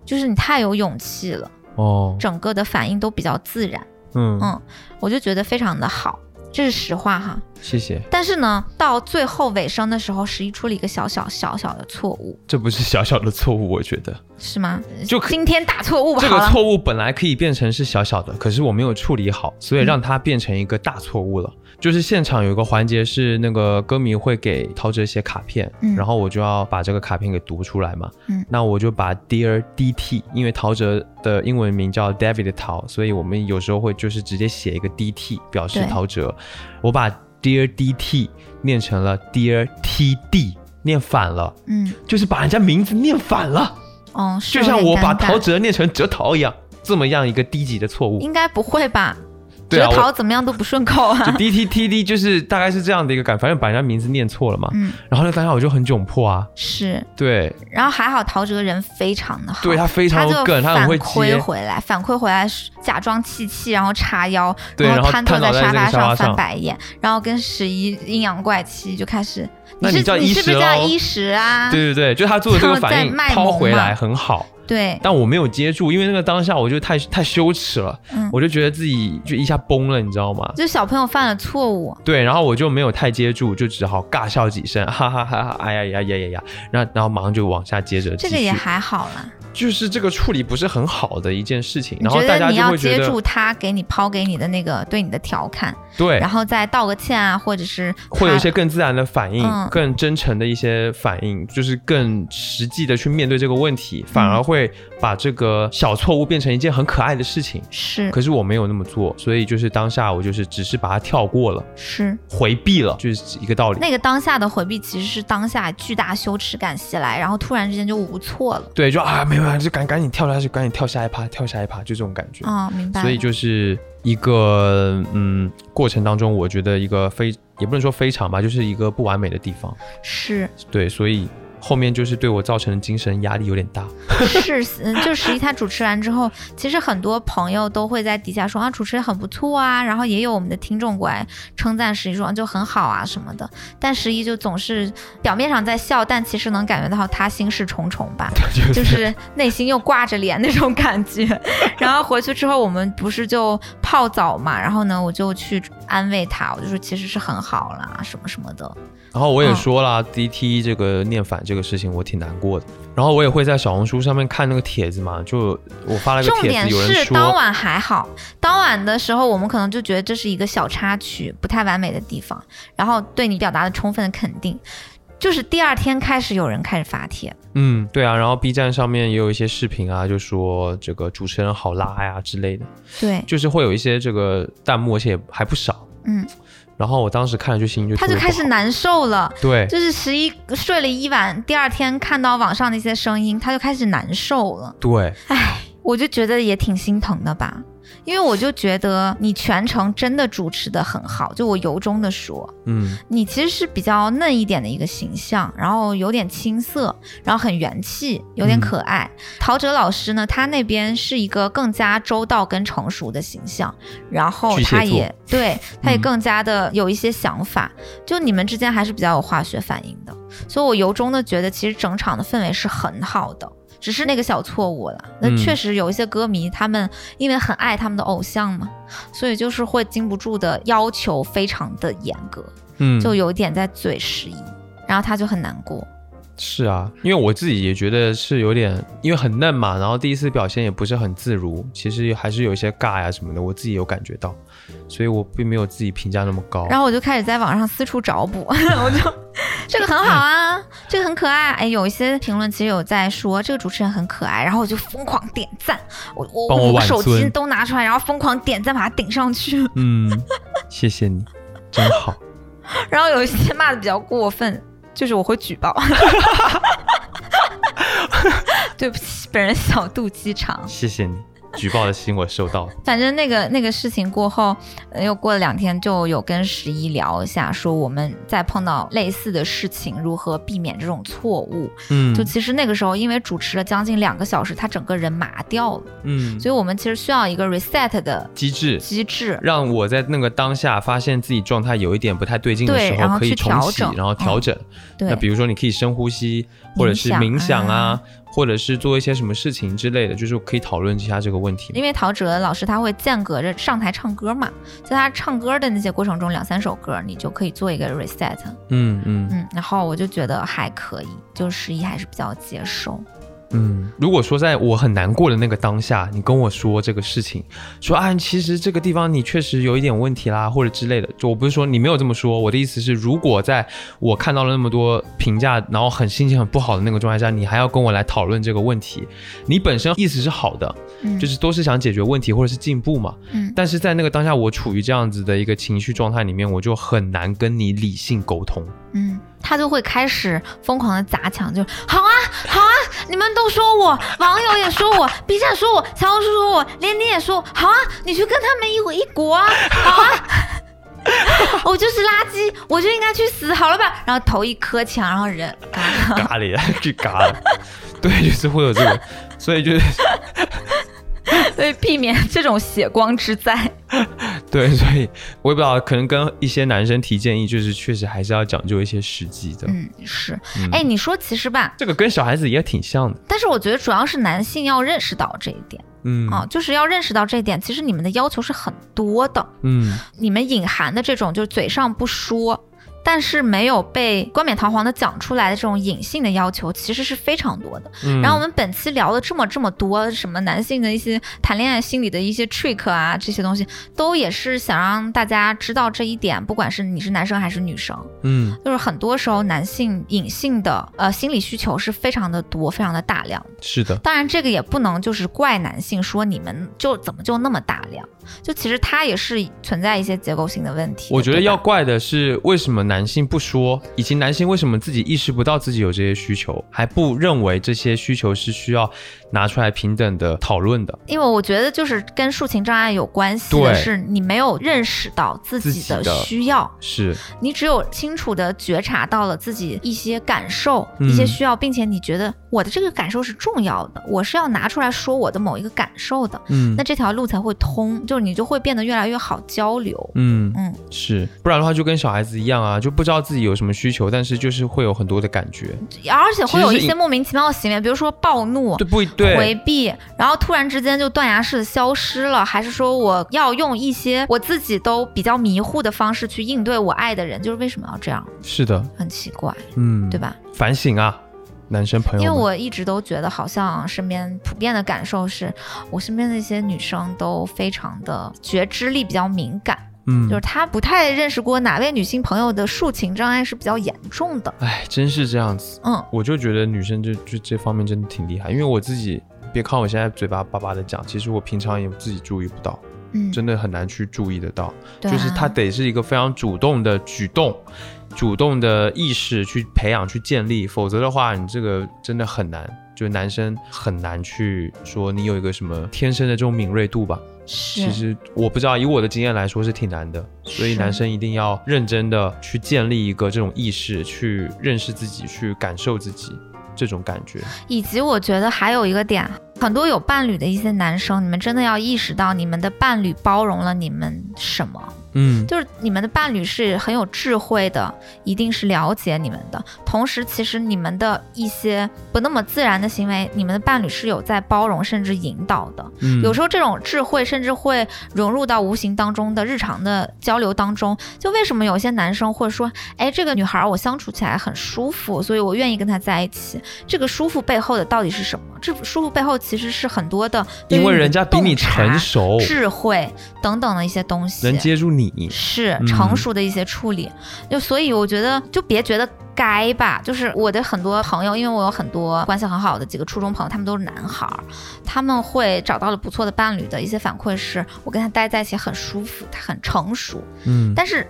Speaker 1: 就是你太有勇气了，
Speaker 2: 哦，
Speaker 1: 整个的反应都比较自然。
Speaker 2: 嗯
Speaker 1: 嗯我就觉得非常的好，这是实话哈。
Speaker 2: 谢谢。
Speaker 1: 但是呢，到最后尾声的时候，十一出了一个小小小小的错误，
Speaker 2: 这不是小小的错误，我觉得
Speaker 1: 是吗？
Speaker 2: 就可
Speaker 1: 今天大错误吧。
Speaker 2: 这
Speaker 1: 好啊
Speaker 2: 个
Speaker 1: 了，
Speaker 2: 错误本来可以变成是小小的，可是我没有处理好，所以让它变成一个大错误了。就是现场有一个环节是那个歌迷会给陶喆写卡片，
Speaker 1: 嗯
Speaker 2: 然后我就要把这个卡片给读出来嘛。
Speaker 1: 嗯
Speaker 2: 那我就把 Dear DT，因为陶喆的英文名叫 David 陶，所以我们有时候会就是直接写一个 DT 表示
Speaker 1: 对
Speaker 2: 陶喆。我把 Dear DT 念成了 Dear TD，念反了，
Speaker 1: 嗯，
Speaker 2: 就是把人家名字念反了。
Speaker 1: 哦，是
Speaker 2: 就
Speaker 1: 有
Speaker 2: 像
Speaker 1: 点
Speaker 2: 我把
Speaker 1: 尴尬
Speaker 2: 陶喆念成哲陶一样，这么样一个低级的错误。
Speaker 1: 应该不会吧？
Speaker 2: 对啊
Speaker 1: 折桃
Speaker 2: 我
Speaker 1: 怎么样都不顺口
Speaker 2: 就
Speaker 1: 啊。
Speaker 2: D T T D 就是大概是这样的一个感，反正把人家名字念错了嘛。
Speaker 1: 嗯，
Speaker 2: 然后呢，当下我就很窘迫啊。
Speaker 1: 是。
Speaker 2: 对，
Speaker 1: 然后还好陶喆人非常的好，
Speaker 2: 对他非常
Speaker 1: 他就
Speaker 2: 有梗，他
Speaker 1: 反
Speaker 2: 很会
Speaker 1: 馈
Speaker 2: 接。
Speaker 1: 回来，反馈回来是假装气气，然后叉腰，
Speaker 2: 对然后
Speaker 1: 瘫坐
Speaker 2: 瘫倒在
Speaker 1: 沙
Speaker 2: 这个
Speaker 1: 发
Speaker 2: 沙发
Speaker 1: 翻
Speaker 2: 上
Speaker 1: 白眼，然后跟十一阴阳怪气，就开始。
Speaker 2: 那
Speaker 1: 是
Speaker 2: 你叫
Speaker 1: 你
Speaker 2: 一
Speaker 1: 是不是
Speaker 2: 石
Speaker 1: 叫
Speaker 2: 喽
Speaker 1: 一石啊？
Speaker 2: 对对对，就他做的这个反应
Speaker 1: 他在卖萌
Speaker 2: 抛
Speaker 1: 嘛
Speaker 2: 回来很好，
Speaker 1: 对
Speaker 2: 但我没有接住，因为那个当下我就太太羞耻了，
Speaker 1: 嗯
Speaker 2: 我就觉得自己就一下崩了，你知道吗？
Speaker 1: 就小朋友犯了错误，
Speaker 2: 对，然后我就没有太接住，就只好尬笑几声，哈哈哈哈，哎呀呀呀呀呀，然后然后马上就往下接着继
Speaker 1: 这
Speaker 2: 续。
Speaker 1: 个也还好啦。
Speaker 2: 就是这个处理不是很好的一件事情，
Speaker 1: 你
Speaker 2: 然后
Speaker 1: 觉
Speaker 2: 大
Speaker 1: 得
Speaker 2: 家
Speaker 1: 你
Speaker 2: 就
Speaker 1: 要
Speaker 2: 会觉
Speaker 1: 接
Speaker 2: 得
Speaker 1: 住他给你抛给你的那个对你的调侃，
Speaker 2: 对
Speaker 1: 然，后再道个歉啊，或者是
Speaker 2: 会有一
Speaker 1: 他
Speaker 2: 些更自然的反应，
Speaker 1: 嗯
Speaker 2: 更真诚的一些反应，就是更实际的去面对这个问题，
Speaker 1: 嗯
Speaker 2: 反而会把这个小错误变成一件很可爱的事情。
Speaker 1: 是
Speaker 2: 可是我没有那么做，所以就是当下我就是只是把它跳过了，
Speaker 1: 是
Speaker 2: 回避了，就是一个道理。
Speaker 1: 那个当下的回避，其实是当下巨大羞耻感袭来，然后突然之间就无措了。
Speaker 2: 对，就啊，没有啊，就赶赶紧跳下去，赶紧跳下一趴，跳下一趴，就这种感觉。
Speaker 1: 哦，明白了。
Speaker 2: 所以就是一个嗯，过程当中，我觉得一个非也不能说非常吧，就是一个不完美的地方。
Speaker 1: 是
Speaker 2: 对，所以后面就是对我造成的精神压力有点大。
Speaker 1: 是，嗯， 就十一他主持完之后，其实很多朋友都会在底下说啊，主持人很不错啊，然后也有我们的听众过来称赞十一说啊就很好啊什么的，但十一就总是表面上在笑，但其实能感觉到他心事重重吧，就是内心又挂着脸那种感觉。然后回去之后，我们不是就泡澡嘛，然后呢，我就去安慰他，我就说其实是很好啦，什么什么的。
Speaker 2: 然后我也
Speaker 1: 嗯
Speaker 2: 说啦、d t 这个念反这个事情我挺难过的。然后我也会在小红书上面看那个帖子嘛，就我发了个
Speaker 1: 重
Speaker 2: 帖
Speaker 1: 点
Speaker 2: 子，有人
Speaker 1: 是
Speaker 2: 说
Speaker 1: 当晚还好，当晚的时候我们可能就觉得这是一个小插曲，不太完美的地方，然后对你表达的充分的肯定。就是第二天开始有人开始发帖，
Speaker 2: 嗯，对啊，然后 B 站上面也有一些视频啊，就说这个主持人好拉呀之类的，
Speaker 1: 对，
Speaker 2: 就是会有一些这个弹幕，而且还不少。
Speaker 1: 嗯，
Speaker 2: 然后我当时看了就心情就
Speaker 1: 他
Speaker 2: 特
Speaker 1: 就
Speaker 2: 别
Speaker 1: 开
Speaker 2: 不
Speaker 1: 始
Speaker 2: 好
Speaker 1: 难受了，
Speaker 2: 对，
Speaker 1: 就是十一睡了一晚，第二天看到网上那些声音，他就开始难受了。
Speaker 2: 对，
Speaker 1: 我就觉得也挺心疼的吧，因为我就觉得你全程真的主持的很好，就我由衷的说，
Speaker 2: 嗯，
Speaker 1: 你其实是比较嫩一点的一个形象，然后有点青涩，然后很元气，有
Speaker 2: 嗯
Speaker 1: 点可爱。陶喆老师呢，他那边是一个更加周到跟成熟的形象，然后
Speaker 2: 巨蟹
Speaker 1: 他
Speaker 2: 座
Speaker 1: 也对，他也
Speaker 2: 嗯
Speaker 1: 更加的有一些想法，就你们之间还是比较有化学反应的，所以我由衷的觉得，其实整场的氛围是很好的。只是那个小错误了，那
Speaker 2: 嗯
Speaker 1: 确实有一些歌迷，他们因为很爱他们的偶像嘛，所以就是会禁不住的要求非常的严格。
Speaker 2: 嗯，
Speaker 1: 就有点在嘴失忆，然后他就很难过。
Speaker 2: 是啊，因为我自己也觉得是有点，因为很嫩嘛，然后第一次表现也不是很自如，其实还是有一些尬呀、什么的，我自己有感觉到，所以我并没有自己评价那么高。
Speaker 1: 然后我就开始在网上四处找补， 我就这个很好啊，
Speaker 2: 嗯
Speaker 1: 这个很可爱。哎，有一些评论其实有在说这个主持人很可爱，然后我就疯狂点赞，我
Speaker 2: 帮我
Speaker 1: 我
Speaker 2: 挽
Speaker 1: 手机
Speaker 2: 尊
Speaker 1: 都拿出来，然后疯狂点赞把它顶上去。
Speaker 2: 嗯，谢谢你，真好。
Speaker 1: 然后有一些骂的比较过分，就是我会举报。 对不起，本人小肚鸡肠。
Speaker 2: 谢谢你，举报的心我收 到了。
Speaker 1: 反正那个那个事情过后，呃又过了两天，就有跟十一聊一下，说我们再碰到类似的事情，如何避免这种错误。
Speaker 2: 嗯
Speaker 1: 就其实那个时候，因为主持了将近两个小时，他整个人麻掉了，
Speaker 2: 嗯，
Speaker 1: 所以我们其实需要一个 reset 的
Speaker 2: 机制
Speaker 1: 机制。
Speaker 2: 让我在那个当下发现自己状态有一点不太对劲的
Speaker 1: 对
Speaker 2: 时
Speaker 1: 然后
Speaker 2: 候，可以
Speaker 1: 去
Speaker 2: 重
Speaker 1: 调
Speaker 2: 启
Speaker 1: 整，
Speaker 2: 然后调
Speaker 1: 嗯
Speaker 2: 整。那
Speaker 1: 对，
Speaker 2: 比如说，你可以深呼吸，或者是冥
Speaker 1: 冥想
Speaker 2: 想啊
Speaker 1: 啊，
Speaker 2: 或者是做一些什么事情之类的，就是可以讨论一下这个问题嘛。
Speaker 1: 因为陶喆老师他会间隔着上台唱歌嘛，在他唱歌的那些过程中，两三首歌你就可以做一个 reset。
Speaker 2: 嗯嗯
Speaker 1: 嗯，然后我就觉得还可以，就十一还是比较接受。
Speaker 2: 嗯。如果说在我很难过的那个当下，你跟我说这个事情，说啊，其实这个地方你确实有一点问题啦，或者之类的，就我不是说你没有这么说，我的意思是，如果在我看到了那么多评价，然后很心情很不好的那个状态下，你还要跟我来讨论这个问题，你本身意思是好的，
Speaker 1: 嗯，
Speaker 2: 就是都是想解决问题或者是进步嘛。
Speaker 1: 嗯
Speaker 2: 但是在那个当下，我处于这样子的一个情绪状态里面，我就很难跟你理性沟 通。
Speaker 1: 嗯，他就会开始疯狂的砸墙，就是好啊，好啊，你们都说我，网友也说我，B 站说我，小红书说我，连你也说我，好啊，你去跟他们一一国啊，好啊。 我就是垃圾，我就应该去死，好了吧？然后头一磕墙，然后人，啊、
Speaker 2: 嘎了呀，去嘎了。对，就是会有这个，所以就是
Speaker 1: 所以避免这种血光之灾。
Speaker 2: 对，所以我也不知道，可能跟一些男生提建议，就是确实还是要讲究一些实际的。
Speaker 1: 嗯，是。
Speaker 2: 嗯
Speaker 1: 哎，你说其实吧，
Speaker 2: 这个跟小孩子也挺像的。
Speaker 1: 但是我觉得主要是男性要认识到这一点
Speaker 2: 嗯
Speaker 1: 啊、就是要认识到这一点。其实你们的要求是很多的，
Speaker 2: 嗯
Speaker 1: 你们隐含的这种就是嘴上不说，但是没有被冠冕堂皇的讲出来的这种隐性的要求，其实是非常多的。
Speaker 2: 嗯。
Speaker 1: 然后我们本期聊了这么这么多，什么男性的一些谈恋爱心理的一些 trick 啊，这些东西都也是想让大家知道这一点，不管是你是男生还是女生，
Speaker 2: 嗯
Speaker 1: 就是很多时候男性隐性的呃心理需求是非常的多，非常的大量的。
Speaker 2: 是的，
Speaker 1: 当然，这个也不能就是怪男性说你们就怎么就那么大量，就其实它也是存在一些结构性的问题的。
Speaker 2: 我觉得
Speaker 1: 对吧
Speaker 2: 要怪的是为什么男性不说，以及男性为什么自己意识不到自己有这些需求，还不认为这些需求是需要拿出来平等的讨论的。
Speaker 1: 因为我觉得就是跟抒情障碍有关系的
Speaker 2: 对
Speaker 1: 是，你没有认识到自
Speaker 2: 自
Speaker 1: 己
Speaker 2: 己
Speaker 1: 的
Speaker 2: 的
Speaker 1: 需要，
Speaker 2: 是，
Speaker 1: 你只有清楚的觉察到了自己一些感受、
Speaker 2: 嗯
Speaker 1: 一些需要，并且你觉得我的这个感受是重要的，我是要拿出来说我的某一个感受的，
Speaker 2: 嗯
Speaker 1: 那这条路才会通，就是你就会变得越来越好交流。
Speaker 2: 嗯
Speaker 1: 嗯，
Speaker 2: 是
Speaker 3: 不然的话就跟小孩子一样啊，就不知道自己有什么需求，但是就是会有很多的感觉，
Speaker 1: 而且会有
Speaker 3: 其实
Speaker 1: 一
Speaker 3: 是
Speaker 1: 些莫名其妙的行为，比如说暴怒、
Speaker 3: 对不
Speaker 1: 哦
Speaker 3: 对？
Speaker 1: 回避，然后突然之间就断崖式的消失了，还是说我要用一些我自己都比较迷糊的方式去应对我爱的人，就是为什么要这样，
Speaker 2: 是的，
Speaker 1: 很奇怪，
Speaker 2: 嗯，
Speaker 1: 对？吧？
Speaker 2: 反省啊，男生朋友
Speaker 1: 因为
Speaker 2: 们，
Speaker 1: 我一直都觉得，好像身边普遍的感受是，我身边的一些女生都非常的觉知力比较敏感，
Speaker 2: 嗯，
Speaker 1: 就是她不太认识过哪位女性朋友的抒情障碍是比较严重的。
Speaker 2: 哎，真是这样子。
Speaker 1: 嗯，
Speaker 2: 我就觉得女生这就这方面真的挺厉害，因为我自己，别看我现在嘴巴巴巴的讲，其实我平常也自己注意不到，
Speaker 1: 嗯，
Speaker 2: 真的很难去注意得到。
Speaker 1: 对啊
Speaker 2: 就是它得是一个非常主动的举动，主动的意识去培养、去建立，否则的话，你这个真的很难。就是男生很难去说你有一个什么天生的这种敏锐度吧。
Speaker 1: 是
Speaker 2: 其实我不知道，以我的经验来说是挺难的，所以
Speaker 1: 是
Speaker 2: 男生一定要认真的去建立一个这种意识，去认识自己，去感受自己这种感觉。
Speaker 1: 以及我觉得还有一个点，很多有伴侣的一些男生，你们真的要意识到，你们的伴侣包容了你们什么？
Speaker 2: 嗯，
Speaker 1: 就是你们的伴侣是很有智慧的，一定是了解你们的。同时，其实你们的一些不那么自然的行为，你们的伴侣是有在包容甚至引导的。
Speaker 2: 嗯
Speaker 1: 有时候这种智慧甚至会融入到无形当中的日常的交流当中。就为什么有些男生会说，哎，这个女孩我相处起来很舒服，所以我愿意跟她在一起。这个舒服背后的到底是什么？这舒服背后其实是很多的，啊对于
Speaker 2: 因为
Speaker 1: 你
Speaker 2: 人家比你
Speaker 1: 洞察
Speaker 2: 成、熟，
Speaker 1: 智慧等等的一些东西，
Speaker 2: 能接住你。
Speaker 1: 是
Speaker 2: 嗯
Speaker 1: 成熟的一些处理。就所以我觉得，就别觉得该吧。就是我的很多朋友，因为我有很多关系很好的几个初中朋友，他们都是男孩儿，他们会找到了不错的伴侣的一些反馈是，我跟他待在一起很舒服，他很成熟，
Speaker 2: 嗯，
Speaker 1: 但是。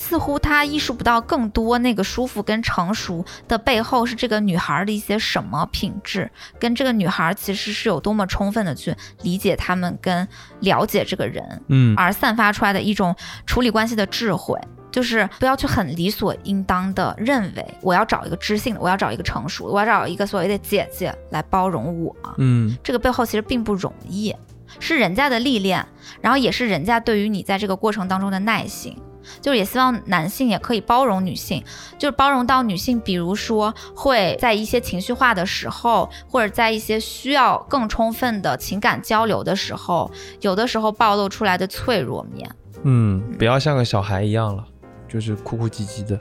Speaker 1: 似乎他意识不到更多那个舒服跟成熟的背后是这个女孩儿的一些什么品质，跟这个女孩儿其实是有多么充分的去理解他们跟了解这个人。
Speaker 2: 嗯
Speaker 1: 而散发出来的一种处理关系的智慧，就是不要去很理所应当的认为我要找一个知性的，我要找一个成熟的，我要找一个所谓的姐姐来包容我。啊
Speaker 2: 嗯
Speaker 1: 这个背后其实并不容易，是人家的历练，然后也是人家对于你在这个过程当中的耐心。就是也希望男性也可以包容女性，就是包容到女性，比如说会在一些情绪化的时候，或者在一些需要更充分的情感交流的时候，有的时候暴露出来的脆弱面。
Speaker 2: 嗯，不要像个小孩一样了，就是哭哭唧唧的。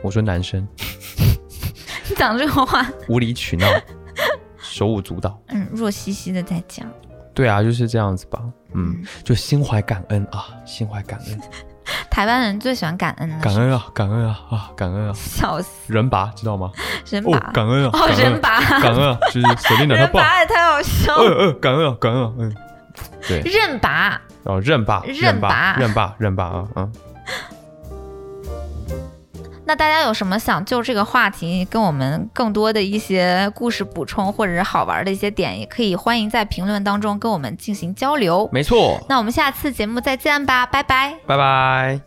Speaker 2: 我说男生
Speaker 1: 你讲这个话，
Speaker 2: 无理取闹，手舞足蹈。
Speaker 1: 嗯，弱兮兮的在讲，
Speaker 2: 对啊，就是这样子吧。嗯，就心怀感恩啊，心怀感恩，
Speaker 1: 台湾人最喜欢感恩了，
Speaker 2: 感恩啊，感恩啊啊，感恩啊，
Speaker 1: 笑死
Speaker 2: 人拔知道吗？
Speaker 1: 人
Speaker 2: 哦
Speaker 1: 拔，，
Speaker 2: 感恩啊，
Speaker 1: 哦
Speaker 2: 感恩
Speaker 1: 人拔，
Speaker 2: 感 恩啊，就是随便拿他
Speaker 1: 人
Speaker 2: 抱，
Speaker 1: 拔也哦太好笑了。
Speaker 2: 嗯嗯，感恩啊，感恩啊，嗯，对，
Speaker 1: 任拔，
Speaker 2: 然后认吧，
Speaker 1: 认
Speaker 2: 认吧，
Speaker 1: 吧
Speaker 2: 认吧，认吧啊啊，
Speaker 1: 那大家有什么想就这个话题跟我们更多的一些故事补充，或者是好玩的一些点，也可以欢迎在评论当中跟我们进行交流。
Speaker 2: 没错，
Speaker 1: 那我们下次节目再见吧，拜拜。
Speaker 2: 拜拜。